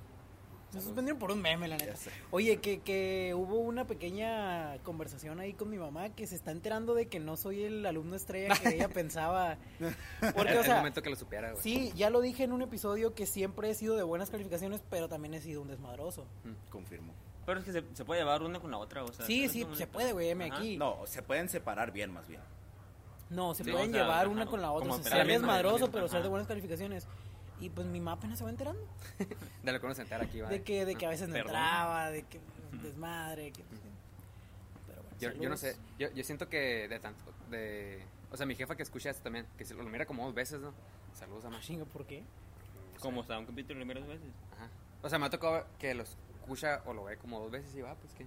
Me suspendieron por un meme, la neta. Ya sé. Oye, que, que hubo una pequeña conversación ahí con mi mamá que se está enterando de que no soy el alumno estrella que ella pensaba. Porque, el, o el sea, momento que lo supiera, güey. sí, ya lo dije en un episodio que siempre he sido de buenas calificaciones, pero también he sido un desmadroso. Confirmo. Pero es que se, se puede llevar una con la otra, o sea. Sí, es sí, como- se puede, güey, M Ajá. aquí. No, se pueden separar bien, más bien. No, se Sí, pueden o sea, llevar ajá, una con la otra. como o sea, operar ser bien, desmadroso, ajá. pero ser de buenas calificaciones. Y pues mi mamá apenas se va enterando. De lo que uno se entera aquí, va. De que, de que a veces no Perdón. entraba, de que desmadre. que- Pero bueno, Yo, yo no saludos. sé, yo, yo siento que de tanto, de... O sea, mi jefa que escucha esto también, que se lo mira como dos veces, ¿no? Saludos a Ah, Mashi. chinga, ¿por qué? Como está un capítulo primeras veces. Ajá. O sea, me ha tocado que los escucha o lo ve como dos veces y va, pues que...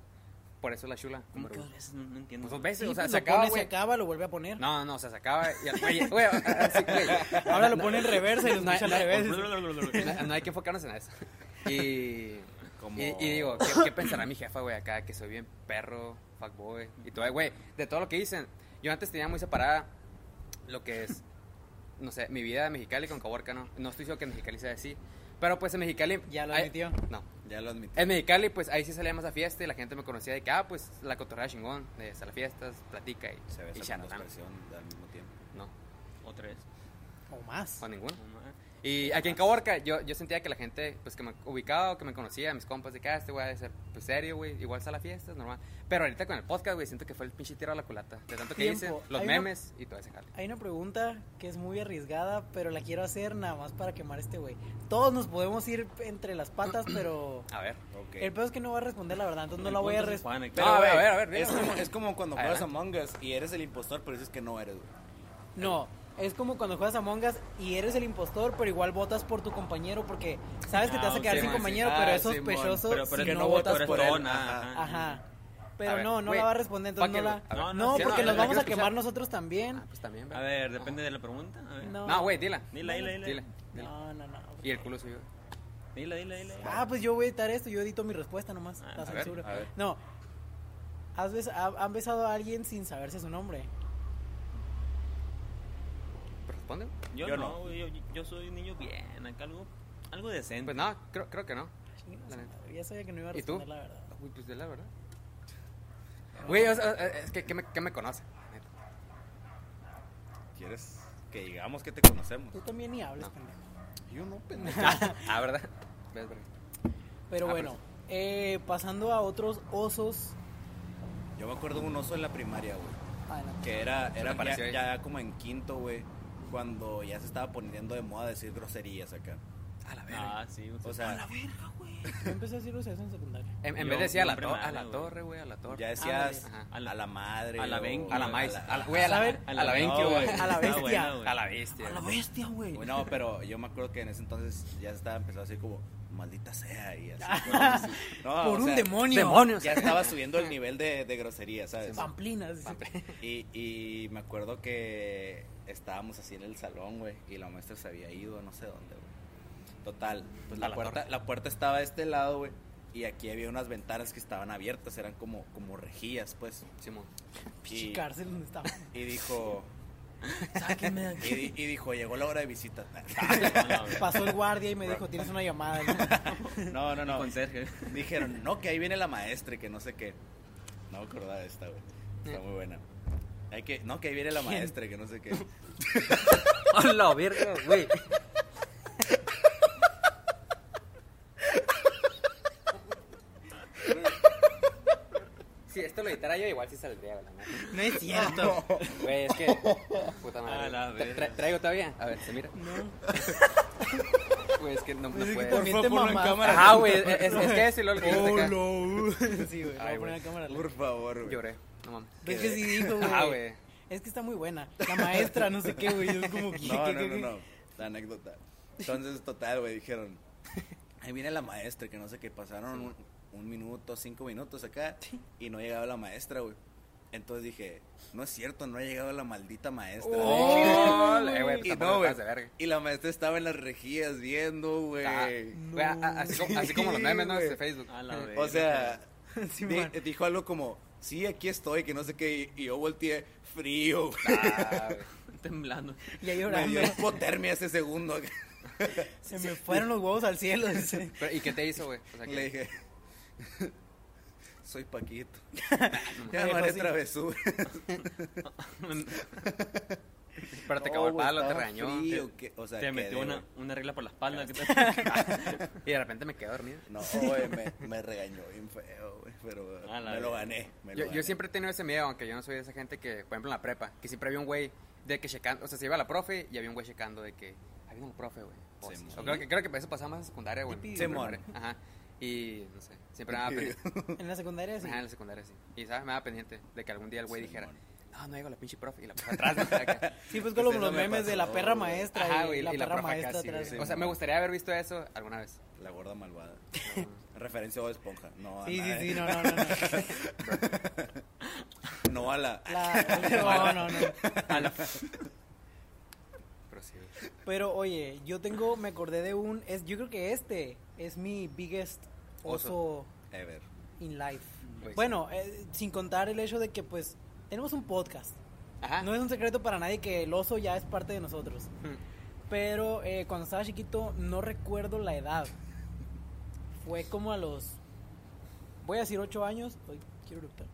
Por eso la chula. ¿Cómo número que uno. dos veces? No, no entiendo. Pues dos veces, Sí, o sea, pues, se lo acaba, pone, se güey. acaba, lo vuelve a poner. No, no, o sea, se acaba y al- güey, güey, así, güey. Ahora lo pone en reversa y lo No, escucha al no, revés. No, no hay que enfocarnos en eso. Y, Como- y, y digo, ¿qué, qué pensará mi jefa, güey, acá? Que soy bien perro, fuckboy. Y todo, güey, de todo lo que dicen. Yo antes tenía muy separada lo que es, no sé, mi vida de Mexicali con Caborca, ¿no? No estoy diciendo que en Mexicali sea así. Pero pues en Mexicali... Ya lo hay- admitió. No. Ya lo admití. En Mexicali, pues ahí sí salíamos a fiesta y la gente me conocía de que, ah, pues la cotorrea chingón, de salir a fiestas, platica y, Se besa y con dos charlatán. personas al mismo tiempo. No, O tres. O más. con ninguno. o más. Y aquí en Caborca, yo, yo sentía que la gente, pues, que me ubicaba o que me conocía, mis compas de que, ah, este güey ha de ser, pues, serio, güey, igual sale a fiestas, normal. Pero ahorita con el podcast, güey, siento que fue el pinche tiro a la culata. De tanto que Tiempo. hice, los Hay una- memes y todo ese jale. Hay una pregunta que es muy arriesgada, pero la quiero hacer nada más para quemar a este güey. Todos nos podemos ir entre las patas, pero A ver. Ok. el peor es que no va a responder la verdad, entonces no la Ni voy a puntos responder. Juan aquí. Pero, No, a ver, güey, a ver, a ver, Es mira. como, es como cuando juegas Adelante. Among Us y eres el impostor, pero dices que no eres, güey. No, es como cuando juegas a Us y eres el impostor, pero igual votas por tu compañero porque sabes que te Ah, vas a quedar sí, sin man, sí. compañero, Ah, pero es sí, man. sospechoso Pero, pero si es que no, no votas votas por por él. persona. Ajá. Ajá. Pero A ver, no, no güey, la va a responder, fuck entonces it, no la... güey. A ver, No, sí, porque no, nos la vamos quiero a quemar escuchar. nosotros también. Ah, pues también, A ver, depende de la pregunta. A ver. No. No, güey, dila. Dila, dila, dila. Dila. No, no, no. Y el culo suyo. Dila, dila, dila. Ah, pues yo voy a editar esto, yo edito mi respuesta nomás, Ah, la a ver, censura. a ver. No. ¿Has bes- ha- ¿Han besado a alguien sin saberse su nombre? ¿Pues ¿Responde? yo, yo no. no, güey, yo, yo soy un niño bien, acá algo, algo decente. Pues no, creo, creo que no. Chinga, La neta. Ya sabía que no iba a ¿Y tú? responder la verdad. Uy, pues de la verdad. Güey, o sea, eh, es que, ¿qué me, qué me conoce? neta? ¿Quieres que digamos que te conocemos? Tú también ni hables, No. pendejo. Yo no, pendejo. Ah, ¿verdad? Ves, verga. Pero Ah, bueno, eh, pasando a otros osos. Yo me acuerdo de un oso en la primaria, güey. Adelante. Que era, era me pareció ya, ahí. ya como en quinto, güey. Cuando ya se estaba poniendo de moda decir groserías acá. A la verga. Ah, sí. O sea, Yo empecé a decir eso en secundaria. En, en Yo vez de decir a la, siempre to- me a la hablo, güey. torre, güey, a la torre. ya decías Ah, Ajá. a la, a la madre. a la o- ven- A la maíz. A la, güey, a la, ¿Saben? a la Benki, no, güey. güey, A la está bestia. buena, güey. A la bestia. A la bestia, güey. Güey, No, pero yo me acuerdo que en ese entonces ya se estaba empezando así como, maldita sea, y así. cosas así. No, Por o un sea, demonio. demonios. Ya estaba subiendo el nivel de, de grosería, ¿sabes? Pamplinas. Y, y me acuerdo que estábamos así en el salón, güey, y la maestra se había ido a no sé dónde, güey. Total, pues A la, la puerta, la puerta estaba de este lado, güey, y aquí había unas ventanas que estaban abiertas, eran como, como rejillas, pues. Simón. Pinche cárcel donde estaba. Y dijo, Sáquenme de y, aquí. di- y dijo, llegó la hora de visita. Pasó el guardia y me dijo, tienes una llamada. ¿no? No, no, no. Con Sergio. Dijeron, no, que ahí viene la maestra y que no sé qué. No me acordaba de esta, güey. Está muy buena. Hay que, no, que ahí viene la ¿Quién? maestra y que no sé qué. A la verga, güey. Si esto lo editara yo, igual sí saldría, güey, la neta. No es cierto. Güey, es que. Puta A madre. la güey. Tra- verga. ¿Traigo todavía? A ver, se mira. Güey, Pues es que no, no Es que puede. también- te mamaste. Ajá, güey. Es, es- es que eso y luego lo que dices Oh, acá. Sí, uh. güey. Voy Ay, a poner güey. la cámara. Por favor, güey. Lloré, no mames. Es que sí dijo, Ah, güey. güey. Es que está muy buena. La maestra, no sé qué, güey. Yo es como que. No, no, no, no. La anécdota. Entonces, total, güey, dijeron, ahí viene la maestra, que no sé qué, pasaron un, un minuto, cinco minutos acá, y no llegaba la maestra, güey. Entonces dije, no es cierto, no ha llegado la maldita maestra. Oh, güey. eh, güey, y, tampoco no, te güey. pases de verga. y la maestra estaba en las rejillas viendo, güey. Ah, güey, a- a- así, como, así como los memes, ¿no? Sí, De Facebook. A la verga. O sea, Sí, di- eh, man. dijo algo como, sí, aquí estoy, que no sé qué, y yo volteé frío, güey. Ah, güey. Temblando. Y ahí Me llorando. dio hipotermia ese segundo. Se me fueron los huevos al cielo. dice. Pero, ¿Y qué te hizo, güey? O sea, que- Le dije, soy Paquito. Me Ya no dejó haré sin- travesura. pero te cagó el palo, te regañó. O sea, Te quedé, metió güey. una, una regla por la espalda. ¿qué Y de repente me quedé dormido. No, güey, me, me regañó bien feo, güey. Pero A la me lo verga. gané. me lo Yo, gané. yo siempre he tenido ese miedo, aunque yo no soy de esa gente que, por ejemplo, en la prepa, que siempre había un güey de que checando, o sea, se iba a la profe y había un güey checando de que, ahí viene el profe, güey. O Simón. sea, creo, que, creo que eso pasaba más en secundaria, güey. Típico. Simón. Primaria. Ajá. Y, no sé, siempre me daba pendiente. En la secundaria sí. Ajá, en la secundaria, sí. Y, ¿sabes? Me daba pendiente de que algún día el güey dijera, Simón. no, no llego a la pinche profe. Y la puso atrás, güey, acá. Sí, pues como Pues eso los me memes de la pasó, perra güey. maestra Ajá, y, güey, la perra maestra acá, sí, atrás. güey. güey. O sea, me gustaría haber visto eso alguna vez. La gorda malvada. Referencia a Esponja. No, a Sí, sí, sí, nada. no, no, no. no. No a la. La- no, no, no. Ah, Pero sí, güey. Pero oye, yo tengo, me acordé de un, es, yo creo que este es mi biggest oso, Oso. Ever. in life. Pues sí. bueno, eh, sin contar el hecho de que pues tenemos un podcast. Ajá. No es un secreto para nadie que el oso ya es parte de nosotros. Pues, mm. Pero eh, cuando estaba chiquito no recuerdo la edad. Fue como a los, voy a decir 8 años. Ay, quiero eructar.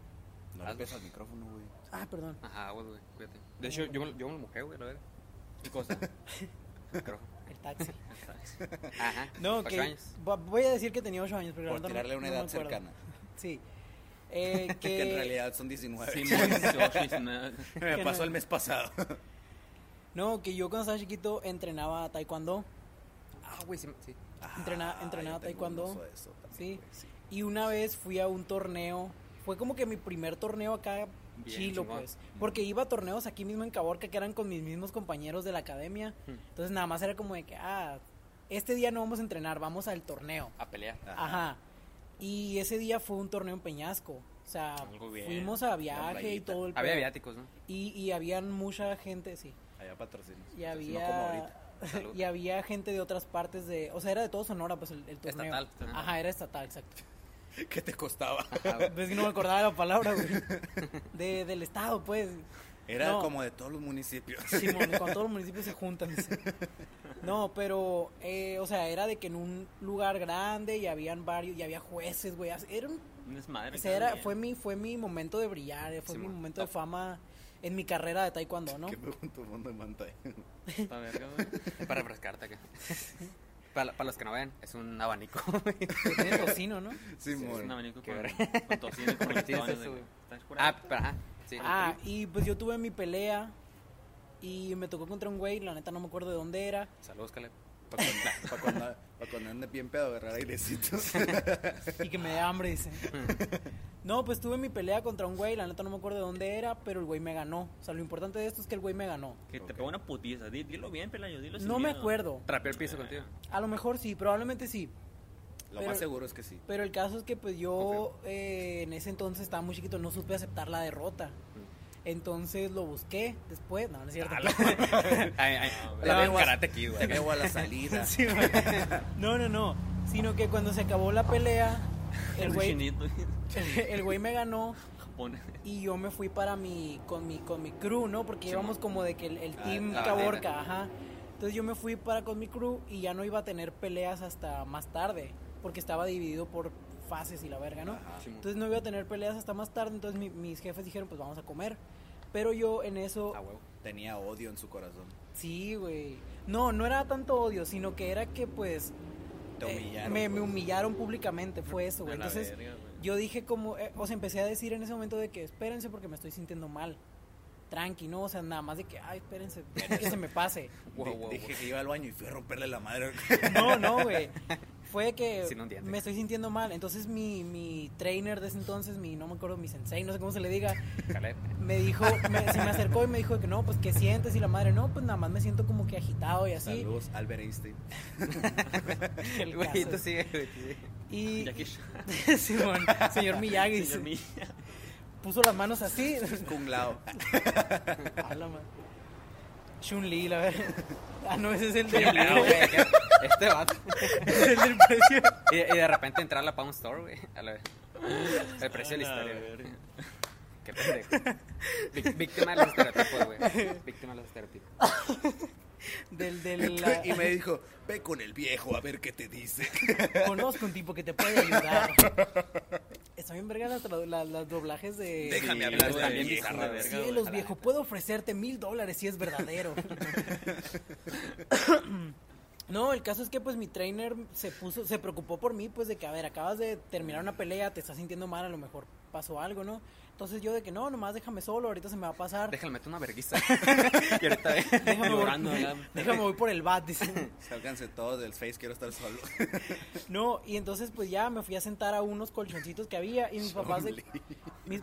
No le Hazlo. pegas al micrófono, güey. Ah, perdón. Ajá, güey, güey, cuídate. De hecho, yo, me- yo me lo mojé, güey, la verdad. ¿Qué cosa? Creo. El taxi. Ajá. No, ocho que años. va- voy a decir que tenía 8 años. Pero la Por neta no- tirarle una no me edad acuerdo. cercana. Sí. Eh, que, Que en realidad son 19. Simón, 18, 19. que me no- pasó el mes pasado. No, que yo cuando estaba chiquito entrenaba taekwondo. Ah, güey, sí, sí. Entrena- entrenaba Ah, yo tengo un taekwondo. oso de eso Sí. también, güey, sí. Y una vez fui a un torneo. Fue como que mi primer torneo acá Bien, chilo, chingón. pues. Porque iba a torneos aquí mismo en Caborca que eran con mis mismos compañeros de la academia. Hmm. Entonces nada más era como de que, ah, este día no vamos a entrenar, vamos al torneo. A pelear. Ajá. Ajá. Y ese día fue un torneo en Peñasco. O sea, Algo bien. fuimos a viaje y playita. todo el Había pedo. viáticos, ¿no? Y, y habían mucha gente, sí. Allá patrocinos. Y Entonces, no había, como ahorita. Salud. y había gente de otras partes de... O sea, era de todo Sonora, pues, el, el torneo. Estatal, estatal. Ajá, era estatal, exacto. ¿Qué te costaba? Ah, güey. Ves que no me acordaba de la palabra, güey. De- del estado, pues. Era No. como de todos los municipios. Simón, cuando todos los municipios se juntan. dice. No, pero, eh, o sea, era de que en un lugar grande y habían varios, y había jueces, güey. Era un- Un desmadre. o sea, era- cabrón. fue, mi, fue mi momento de brillar, eh, fue mi Simón, momento de top. fama en mi carrera de taekwondo, ¿no? ¿Qué me tu fondo de pantalla? Esta verga, güey. Para refrescarte acá. Para, para los que no ven, es un abanico. Tiene tocino, ¿no? Es un Simón. abanico Qué con, verga. con tocino y con ¿Por qué tienes listones de- eso, güey? ¿Estás curado? ah, pero ajá. Sí. Ah, y pues yo tuve mi pelea y me tocó contra un güey, la neta no me acuerdo de dónde era. Saludos, Caleb. Para cuando, pa' cuando, pa' cuando ande bien pedo, agarrar airecitos. Y que me dé hambre, dice. No, pues tuve mi pelea contra un güey, la neta no me acuerdo de dónde era, pero el güey me ganó. O sea, lo importante de esto es que el güey me ganó. Que te Ok. pegó una putiza. Di- Dilo bien, Pelayo. Dilo sin No me miedo. acuerdo. Trapeó el piso contigo. A lo mejor sí, probablemente sí. Lo Pero- más seguro es que sí. Pero el caso es que pues yo eh, en ese entonces estaba muy chiquito, no supe aceptar la derrota. Entonces lo busqué después, no, no es cierto. Ay, ay, güey. Te la veo en veo a- karate aquí, Te güey. veo a la salida. Sí, güey. no, no, no. Sino que cuando se acabó la pelea, el Un güey, chinito el güey me ganó japonés. y yo me fui para mi con mi con mi crew no porque íbamos como de que el, el Ah, team la Caborca bandera. ajá entonces yo me fui para con mi crew y ya no iba a tener peleas hasta más tarde porque estaba dividido por fases y la verga no Ajá. Simón. entonces no iba a tener peleas hasta más tarde entonces mi- mis jefes dijeron pues vamos a comer pero yo en eso A Ah, huevo. Tenía odio en su corazón. sí güey no no era tanto odio sino que era que pues Te eh, humillaron. me, me pues. humillaron públicamente fue eso güey A la entonces verga, güey. yo dije como, eh, o sea, empecé a decir en ese momento de que espérense porque me estoy sintiendo mal. Tranqui, ¿no? O sea, nada más de que, ay, espérense, que se me pase. Wow, Di- wow, dije wow. que iba al baño y fui a romperle la madre. No, no, güey. Fue de Sin un que diente. me estoy sintiendo mal. Entonces mi, mi trainer de ese entonces, mi, no me acuerdo, mi sensei, no sé cómo se le diga, Caleb. me dijo, me- se me acercó y me dijo que no, pues, ¿qué sientes? Y la madre, no, pues nada más me siento como que agitado y así. Saludos, Albert Einstein. El Güey, tú caso. sigue, güey. tú sigue. Y, Jackie Simón, señor Miyagi, Señor mío. puso las manos así. Kung Lao. A la madre. Chun-Li, la verdad. Ah, no, ese es el de. Ah, güey, acá. Este vato. es el del precio. Y, y de repente entrar a la Pound Store, güey. A la El precio de la A Ah, la historia, güey. verga. Qué pendejo. Ah. Vic- víctima de los estereotipos, güey. Víctima de los estereotipos. del, del, la- Y me dijo, ve con el viejo a ver qué te dice. Conozco un tipo que te puede ayudar. Está bien verga las, tradu- la- las doblajes de... Déjame Sí, hablar está de bien vieja, bizarra, la verga, verga. güey. Cielos, viejo, puedo ofrecerte mil dólares si es verdadero. No, el caso es que pues mi trainer se puso, se preocupó por mí, pues de que, a ver, acabas de terminar una pelea, te estás sintiendo mal, a lo mejor pasó algo, ¿no? Entonces yo de que no, nomás déjame solo, ahorita se me va a pasar. Déjale meter una verguiza. y ahorita ve. Déjame, llorando, voy, ¿verdad? déjame voy por el bat, dice. Sálganse todos del Face, quiero estar solo. No, y entonces pues ya me fui a sentar a unos colchoncitos que había y mis papás de, mis,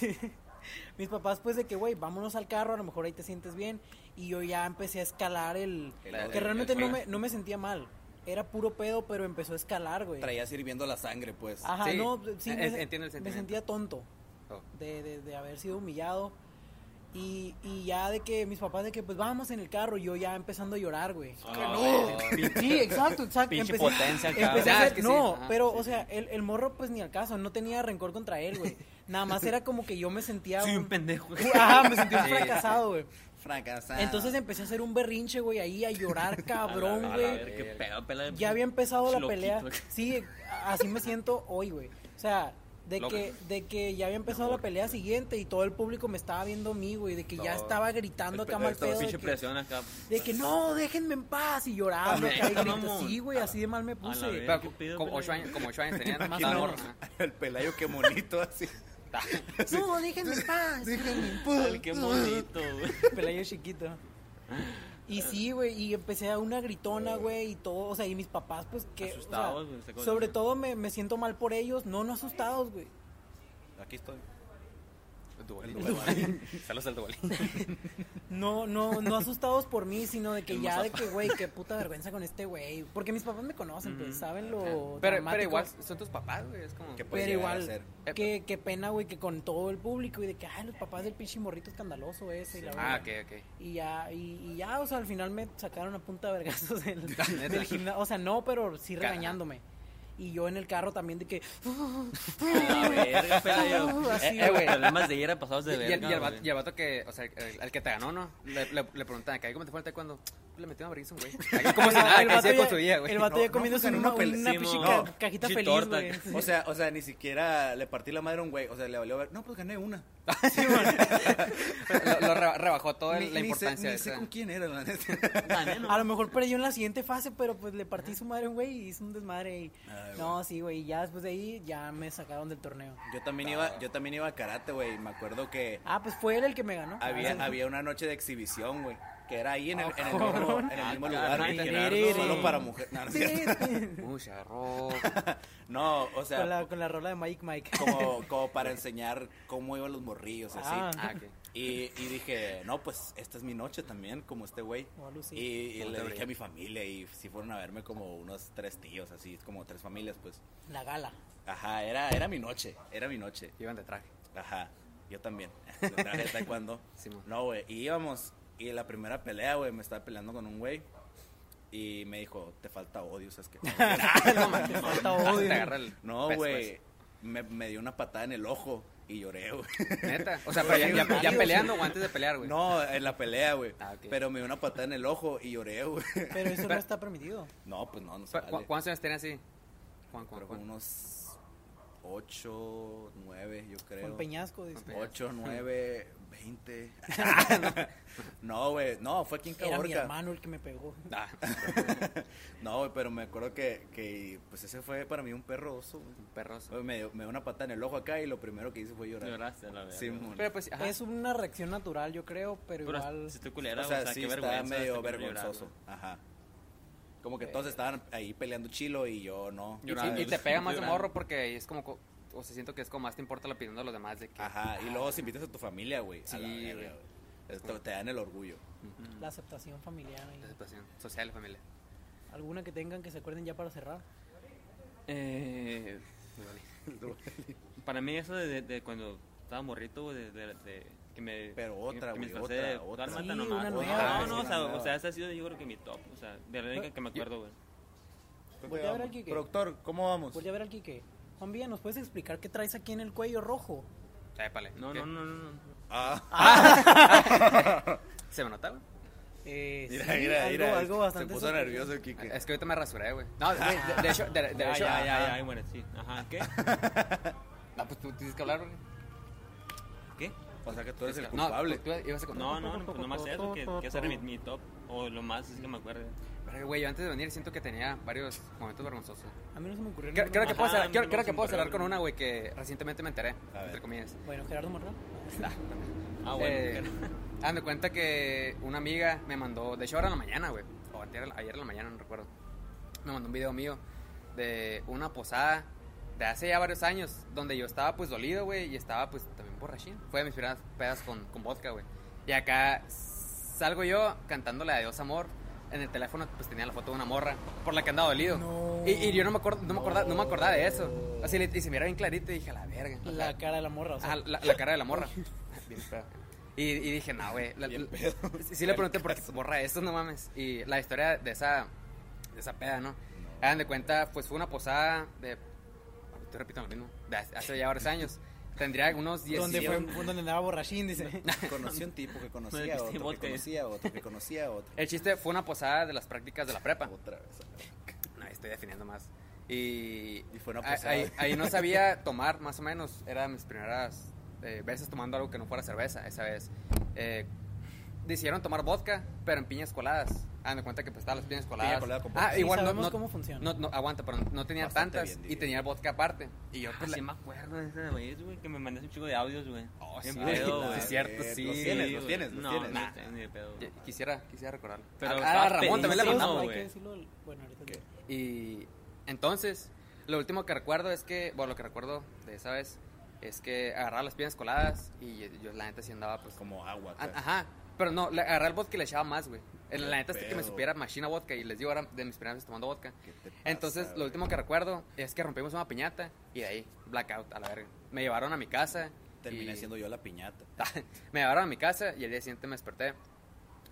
mis papás pues de que, güey, vámonos al carro, a lo mejor ahí te sientes bien. Y yo ya empecé a escalar el... El- que realmente el- no me, no me sentía mal. Era puro pedo, pero empezó a escalar, güey. Traía sirviendo la sangre, pues. Ajá, Sí, no, sí, me, en- se- entiendo me el sentimiento. sentía tonto Oh. de, de- de haber sido humillado. Y, y ya de que mis papás de que, pues vamos en el carro, y yo ya empezando a llorar, güey. Ah, Sí, exacto, exacto. Pinche empecé, potencia, empecé cabrón. a Ah, hacer- es que sí, no, ajá, pero, sí, o sea, el, el morro, pues ni al caso, no tenía rencor contra él, güey. Nada más era como que yo me sentía. Soy un pendejo. Ajá, me sentía un Sí. fracasado, güey. Fracasada. Entonces empecé a hacer un berrinche, güey, ahí a llorar, A cabrón, la güey. verga, qué pedo, pela de- Ya había empezado la Loquito. pelea. Sí, a- así me siento hoy, güey. O sea, de Loco. que, de que ya había empezado la pelea siguiente y todo el público me estaba viendo a mí, güey. De que ya No. estaba gritando acá mal Todo pedo. pinche De que, presión acá. de que, no, déjenme en paz. Y llorando, Ah, acá, y neta, gritos. mamón. Sí, güey, así de mal me puse. verga. Pero ¿Qué pedo, como güey? 8 años, como ocho años tenía, estaba imagino. morra, ajá. El pelayo, qué bonito, así. No, déjenme en paz. Ay, qué bonito, güey. Pelayo chiquito. Y sí, güey, y empecé a una gritona, güey, y todo, o sea, y mis papás, pues que... o sea, Asustados, güey, esta cosa. sobre todo me, me siento mal por ellos, no, no asustados, güey. Aquí estoy. Duvalín. El Saludos al Duvalín. No, no, no asustados por mí, sino de que El ya de mazazo. que, güey, qué puta vergüenza con este güey. Porque mis papás me conocen, pues, saben lo... Pero, pero dramático. igual son tus papás, güey. Es como. Que puede Pero llegar a igual, ser. qué, qué pena, güey, que con todo el público y de que, ay, los papás del pinche morrito escandaloso ese. y la Ah, verga. ok, ok. Y ya, y, y ya, o sea, al final me sacaron a punta de vergazos del, La neta. del gimnasio. O sea, no, pero sí Cara. regañándome. Y yo en el carro también de que... A verga, pela, yo. Así, Eh, eh, güey. güey. Problemas de ira pasados Y, de y el, y verga. el vato, güey. y el vato que, o sea, el, el que te ganó, ¿no? Le, le, le preguntan, ¿qué? ¿Cómo te fue el taekwondo? Le metí una vergüenza, a un güey. Ahí Como si nada, el que vato hacía con ya- su día, güey. El vato No, ya no, comiéndose nunca en una, una pele- una sí, pinche mo. ca- No, cajita sí, feliz, torta. güey. O sea, o sea, ni siquiera le partí la madre a un güey. O sea, le valió ver. No, pues gané una. Lo, lo reba- rebajó toda Ni- la ni sé- importancia Ni de sé esa. con quién era, la neta. Gané, ¿no? A lo mejor perdió en la siguiente fase, pero pues le partí su madre, güey, y hizo un desmadre. Y... Ay, no, sí, güey, y ya después de ahí ya me sacaron del torneo. Yo también iba, yo también iba a karate, güey. Me acuerdo que Ah, pues fue él el que me ganó. había, Ah, sí. había una noche de exhibición, güey. Que era ahí en el, en el cabrón. mismo, en el mismo Ah, lugar. caray, güey, Gerardo. Solo para mujeres. No, no, es cierto. Uy, se agarró. No, o con, sea, la, con la rola de Mike Mike. como, como para enseñar cómo iban los morrillos, así. Ah. Ah, ok. Y, y dije, no, pues esta es mi noche también, como este güey. Como a Lucy. Y, y Como le Oh, te dije veía. a mi familia y si fueron a verme como unos tres tíos, así, como tres familias, pues. La gala. Ajá, era, era mi noche, era mi noche. Iban de traje. Ajá, yo también. De traje de taekwondo. Simón. No, güey, y íbamos, y la primera pelea, güey, me estaba peleando con un güey. Y me dijo, te falta odio, ¿sabes qué? No, man, Te falta Ah, odio. Te agarra el No, pez, pues. güey, me, me dio una patada en el ojo y lloré, güey. pues. Neta. O sea, pero ya, ya- ya peleando o antes de pelear, güey. No, en la pelea, güey. Ah, ok. Pero me dio una patada en el ojo y lloré, güey. Pero eso no Pero- está permitido. No, pues no, no se ¿Cu- cu- vale. ¿Cuántos años tenía así? Juan, Juan, Pero Juan. con unos 8, 9, yo creo. Con peñasco, dice. Con Peña- 8, 9, 20. No, güey, no, fue aquí en Era mi Caborca. hermano el que me pegó. Ah, No, güey, pero me acuerdo que, que, pues ese fue para mí un perro oso, güey. un perroso. Güey, Me dio, me dio una patada en el ojo acá y lo primero que hice fue llorar. Lloraste, la verga. Simón. Pero pues, ajá. Es una reacción natural, yo creo, pero, Pero igual. si estoy culera, o sea, qué sí está vergüenza, medio hasta que me vergonzoso. lloraron. Ajá. Como que Eh. todos estaban ahí peleando chilo y yo no. Y- Llorando. Y, y te pega más de Llorando. morro porque es como. co- O sea, siento que es como más te importa la opinión de los demás. De que, Ajá, y luego si invitas a tu familia, güey. a la Sí, verga, güey. güey. Esto te dan el orgullo. La aceptación familiar. La y- situación social, familia. ¿Alguna que tengan que se acuerden ya para cerrar? Eh, para mí eso de, de- de cuando estaba morrito, güey, de, de- de- que me... Pero otra, que me güey, disfracé otra, de otra. Dálmata Sí, nomás, una güey. nueva. No, no, Una o sea, o sea, nueva. esa ha sido yo creo que mi top, o sea, de la única que me acuerdo, güey. Pues, Voltea a ver al Quique. Productor, ¿cómo vamos? Voy a Pues ver al Quique. Juan Villa, ¿nos puedes explicar qué traes aquí en el cuello rojo? Épale. No, ¿Qué? Ah, no, no, no, no. Ah, ¿Se me nota, güey? Eh, Mira, sí, mira, algo, mira. algo bastante se puso sospechoso. nervioso el Kike. Es que ahorita me rasuré, güey. No, güey, de, de hecho, de, de Ya, hecho. Ah, ya, ajá. ya, ya, bueno, sí. Ajá, ¿qué? No, pues tú tienes que hablar, güey. ¿Qué? O sea que tú eres el No, culpable. tú, tú ibas a contar. No, no, no, pues nomás eso, que, que ese era mi, mi top, o lo más así que me acuerdo. Pero, güey, yo antes de venir siento que tenía varios momentos vergonzosos. A mí no se me ocurrió. Creo, ninguno creo que más. puedo Ajá, cerrar, creo, no creo se que me puedo cerrar ocurrió con una, ninguna. güey, que recientemente me enteré, A ver. entre comillas. Bueno, Gerardo Morrón. Ah, bueno. Eh, hazme cuenta que una amiga me mandó, de hecho ahora en la mañana, güey, o antier- ayer en la mañana, no recuerdo, me mandó un video mío de una posada de hace ya varios años, donde yo estaba pues dolido, güey, y estaba pues también borrachín. Fue de mis primeras pedas con, con vodka, güey. Y acá salgo yo cantando la de Dios Amor. En el teléfono pues tenía la foto de una morra por la que andaba dolido. No. Y, y yo no me acuerdo, no me acordaba, no me acordaba de eso. Así le- y se miraba bien clarito y dije, "A la verga. O sea, La cara de la morra, o sea. Ajá, Ah, la, la cara de la morra. Bien pedo. Y, y dije, no, güey. la- la- Sí, sí le pregunté por qué borra esto, no mames. Y la historia de esa, de esa peda, ¿no? Hagan de cuenta, pues fue una posada de. Te repito lo mismo. De hace hace ya varios años. Tendría unos 10 donde, fue, donde andaba borrachín, dice. Pues, Conocí a un tipo que Me pues, conocía a dijiste otro, que vodka. conocía a otro, que conocía a otro. El chiste fue una posada de las prácticas de la prepa. Otra vez. No, ahí estoy definiendo más. Y, Y fue una a- posada. Ahí, ahí no sabía tomar, más o menos. Eran mis primeras eh, veces tomando algo que no fuera cerveza esa vez. Eh, decidieron tomar vodka, pero en piñas coladas. Ah, me cuenta que pues estaban las piñas coladas. colada con vodka. ah, Sí, igual no, sabemos no, cómo funciona. no, no, aguanta, pero no tenía Bastante tantas bien, y diría. tenía vodka aparte. Y Ah, yo pues sí la- me acuerdo de ese güey, güey, que me mandaste un chico de audios, güey. Oh, Bien sí, pedo, la- güey. es cierto, sí. Los tienes, los tienes, los no, tienes. No, Nah. no, ni de pedo. güey. yo- quisiera, quisiera recordarlo. Pero Ah, estaba ah, Ramón también le pedísimo, mandó. no, güey. Hay que decirlo. al- Bueno, ahorita. ¿Qué? Y entonces, lo último que recuerdo es que, bueno, lo que recuerdo de esa vez es que agarraba las piernas coladas y yo, yo, la neta sí andaba pues como... Como agua. acá. Ajá, pero no, le agarraba el vodka y le echaba más, güey. Eh, La Qué neta es que me pedo. supiera machina vodka y les digo, ahora de mis primeras veces tomando vodka. ¿Qué te pasa, Entonces, lo güey? último que recuerdo es que rompimos una piñata y de ahí, blackout, a la verga. Me llevaron a mi casa. Terminé y- siendo yo la piñata. me llevaron a mi casa y al día siguiente me desperté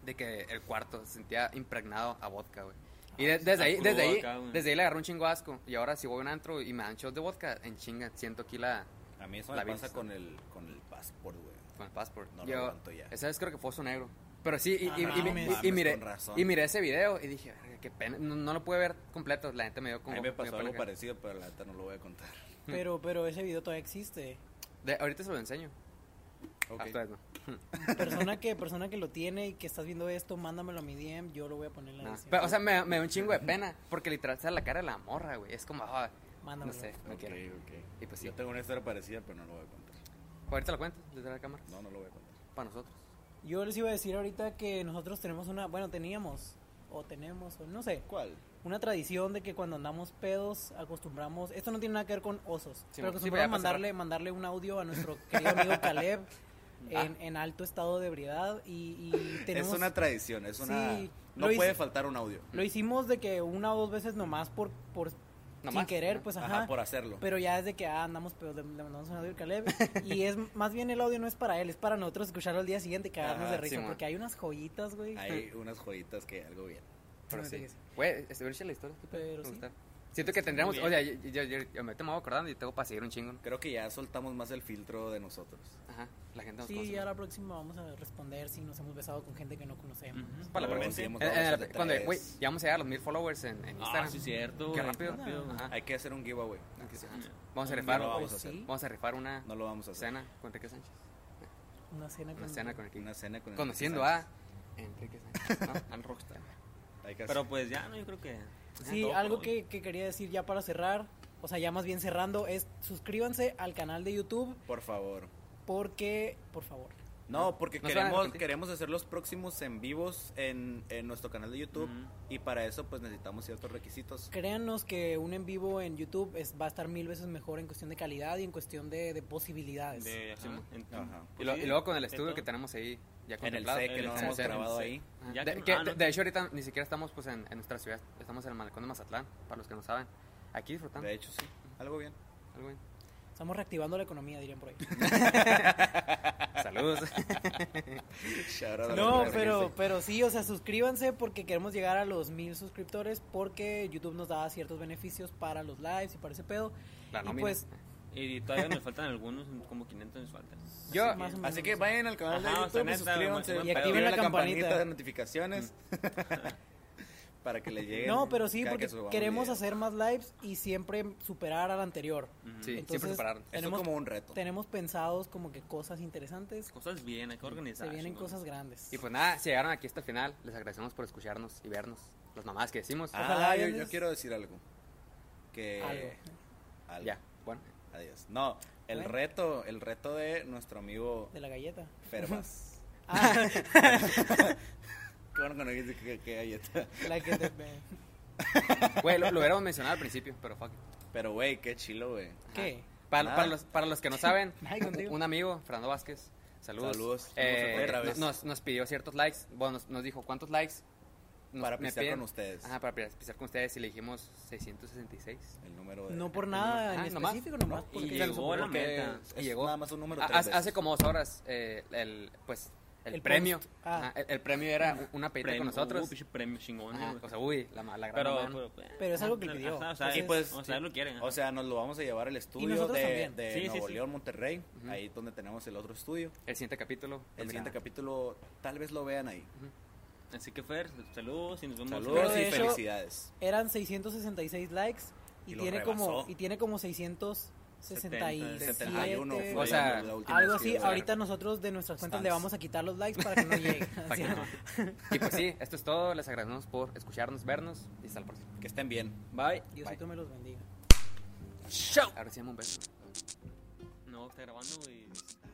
de que el cuarto se sentía impregnado a vodka, güey. Y de- desde a ahí, puro desde ahí, vodka, güey. desde ahí le agarré un chingo asco. Y ahora si voy a un antro y me dan shots de vodka, en chinga, siento aquí la A mí eso La me pasa vista. con el, con el passport, güey. con el passport. No lo Yo- aguanto ya. Esa vez creo que fue su negro. Pero sí, y, y- y- Ah, y- no y- y mames, miré, con razón. y miré ese video y dije, "Verga, qué pena. No, no lo pude ver completo. La gente me dio A como. mí me dio pasó algo pena. parecido, pero la neta no lo voy a contar. Pero, pero ese video todavía existe. De- ahorita se lo enseño. Ok. A ustedes no. Persona que, persona que lo tiene y que estás viendo esto, mándamelo a mi DM, yo lo voy a poner en la No. edición. Pero, o sea, me, me dio un chingo de pena. Porque literal está la cara de la morra, güey. Es como, ah, no Mándamelo. sé, no Ok, quiero. ok. Y pues sí. Yo tengo una historia parecida, pero no lo voy a contar. Ahorita lo cuento, desde la cámara. No, no lo voy a contar. Para nosotros. Yo les iba a decir ahorita que nosotros tenemos una, bueno, teníamos, o tenemos, o no sé, ¿Cuál? una tradición de que cuando andamos pedos acostumbramos, esto no tiene nada que ver con osos, pero sí, acostumbramos ya para mandarle, cerrar. mandarle un audio a nuestro querido amigo Caleb en, en alto estado de ebriedad y, y tenemos... Es una tradición, es una... Sí, no lo hice- puede faltar un audio. Lo hicimos de que una o dos veces nomás por, por Nomás, sin querer, ajá. pues ajá. Ajá, por hacerlo. Pero ya desde que ah, andamos pedos, le, le mandamos un audio a Caleb. y es más bien el audio no es para él, es para nosotros escucharlo al día siguiente y cagarnos Ajá, de risa. Simón. porque hay unas joyitas, güey. Hay unas joyitas que algo bien. Pero No sí. sé Güey, estoy bien chida la historia. qué pedo, Pero me Pues sí. gusta. Siento que tendríamos. Muy O bien. sea, yo, yo, yo- yo me tengo acordando y tengo para seguir un chingo. ¿no? Creo que ya soltamos más el filtro de nosotros. Ajá. La gente nos Sí, conoce, ya ¿no? la próxima vamos a responder si nos hemos besado con gente que no conocemos. Ujú. Para la Luego próxima. seguimos En- en todos la- de Eh, Cuando, tres. güey, ya vamos a llegar a los mil followers en, en Instagram. Ah, sí, cierto, Qué güey. rápido. Ah, rápido. Ajá. Hay que hacer un giveaway. Vamos a Un rifar. no giveaway, lo vamos a hacer. sí. Vamos a rifar una No lo vamos a hacer. cena con Enrique Sánchez. Una cena con. Una cena con Enrique Una cena con Conociendo ah. a Enrique Sánchez. ¿no? Al rockstar. a... Hay que Pero hacer- pues ya, no, yo creo que... Sí, todo, algo güey. que, que quería decir ya para cerrar, o sea, ya más bien cerrando, es suscríbanse al canal de YouTube Por favor. porque, por favor. No, porque No se van a queremos, arrepentir. queremos hacer los próximos en vivos en, en nuestro canal de YouTube Ujú. y para eso pues necesitamos ciertos requisitos. Créanos que un en vivo en YouTube es, va a estar mil veces mejor en cuestión de calidad y en cuestión de, de posibilidades. De, así, Ah, Ajá. en- pues Ajá. Y, lo- sí, y luego con el de estudio todo. que tenemos ahí. Ya En el contemplado. set que En no el hemos set. grabado sí. ahí. Ajá. Ya De, que- que- ah, no. de- de hecho, ahorita ni siquiera estamos pues, en, en nuestra ciudad. Estamos en el malecón de Mazatlán, para los que no saben. Aquí disfrutando. De hecho sí, algo bien. algo bien. Estamos reactivando la economía, dirían por ahí. Saludos. Shout out a No, los pero, pero sí, o sea, suscríbanse porque queremos llegar a los mil suscriptores porque YouTube nos da ciertos beneficios para los lives y para ese pedo. La Y nómina. pues, Y todavía me faltan algunos, como 500 nos faltan. Yo, eh, más o menos. Así que vayan al canal de Ajá, o sea, YouTube, y neta, suscríbanse buen- buen pedo. de notificaciones para que les lleguen. No, pero sí, cada porque que subamos queremos video. hacer más lives y siempre superar al anterior. sí, siempre Entonces, separarnos. Esto tenemos- es como un reto. Tenemos pensados como que cosas interesantes. Cosas bien, hay que organizar. Se vienen chingón. cosas grandes. Y pues nada, si llegaron aquí hasta el final, les agradecemos por escucharnos y vernos. Las mamadas que decimos. Ah, Ojalá yo, vienes- yo quiero decir algo. Que... Algo. algo. ya, bueno. Adiós. No, el Bueno. reto, el reto de nuestro amigo De la galleta. Fervas. Ah, Qué bueno que no dijiste que- que galleta. la que te... Ah, Güey, lo, lo hubiéramos mencionado al principio, pero fuck. it. Pero, güey, qué chilo, güey. ¿Qué? Para, Nada. para los, para los que no saben, Ay, contigo. un amigo, Fernando Vázquez, saludos. Saludos. Eh, Otra vez. Nos, nos pidió ciertos likes. Bueno, nos, nos dijo cuántos likes. nos- Para me pistear piden. con ustedes. Ajá, para pisar con ustedes y le dijimos 666. El número de... No por nada Ah, en nomás. específico, nomás. No, porque- Y llegó a la Porque meta. es Y llegó. Nada más un número Ha- tres hace- hace veces. como dos horas, eh, el, pues, el, El premio. post. Ah. Ajá, el, el premio era un- una pedita Premio, con uh, nosotros. pinche premio chingón. Ajá, güey. o sea, uy, la, ma- la gran pero, pues, mamá, ¿no? pero- Pero es algo que él Ajá, pidió. o sea, Entonces- Y pues, o sea, lo quieren. ajá. O sea, nos lo vamos a llevar al estudio nosotros de, también. de Sí, sí, Nuevo sí. León, Monterrey, ahí donde tenemos el otro estudio. El siguiente capítulo. pues, El dominado. siguiente capítulo tal vez lo vean ahí. Así que Fer, saludos y nos vemos. Saludos Pero de y hecho- felicidades. Eran 666 likes y, Y lo tiene como rebasó. y tiene como 70, 667. 71 fue O sea, la última algo vez que así, lo ahorita nosotros de nuestras cuentas Stans. le vamos a quitar los likes para que no lleguen. Para que no. Y pues sí, esto es todo. Les agradecemos por escucharnos, vernos y hasta la próxima. vean. Que estén bien. Bye. Diosito me los bendiga. Ahora sí, dame un beso. No, está grabando, güey.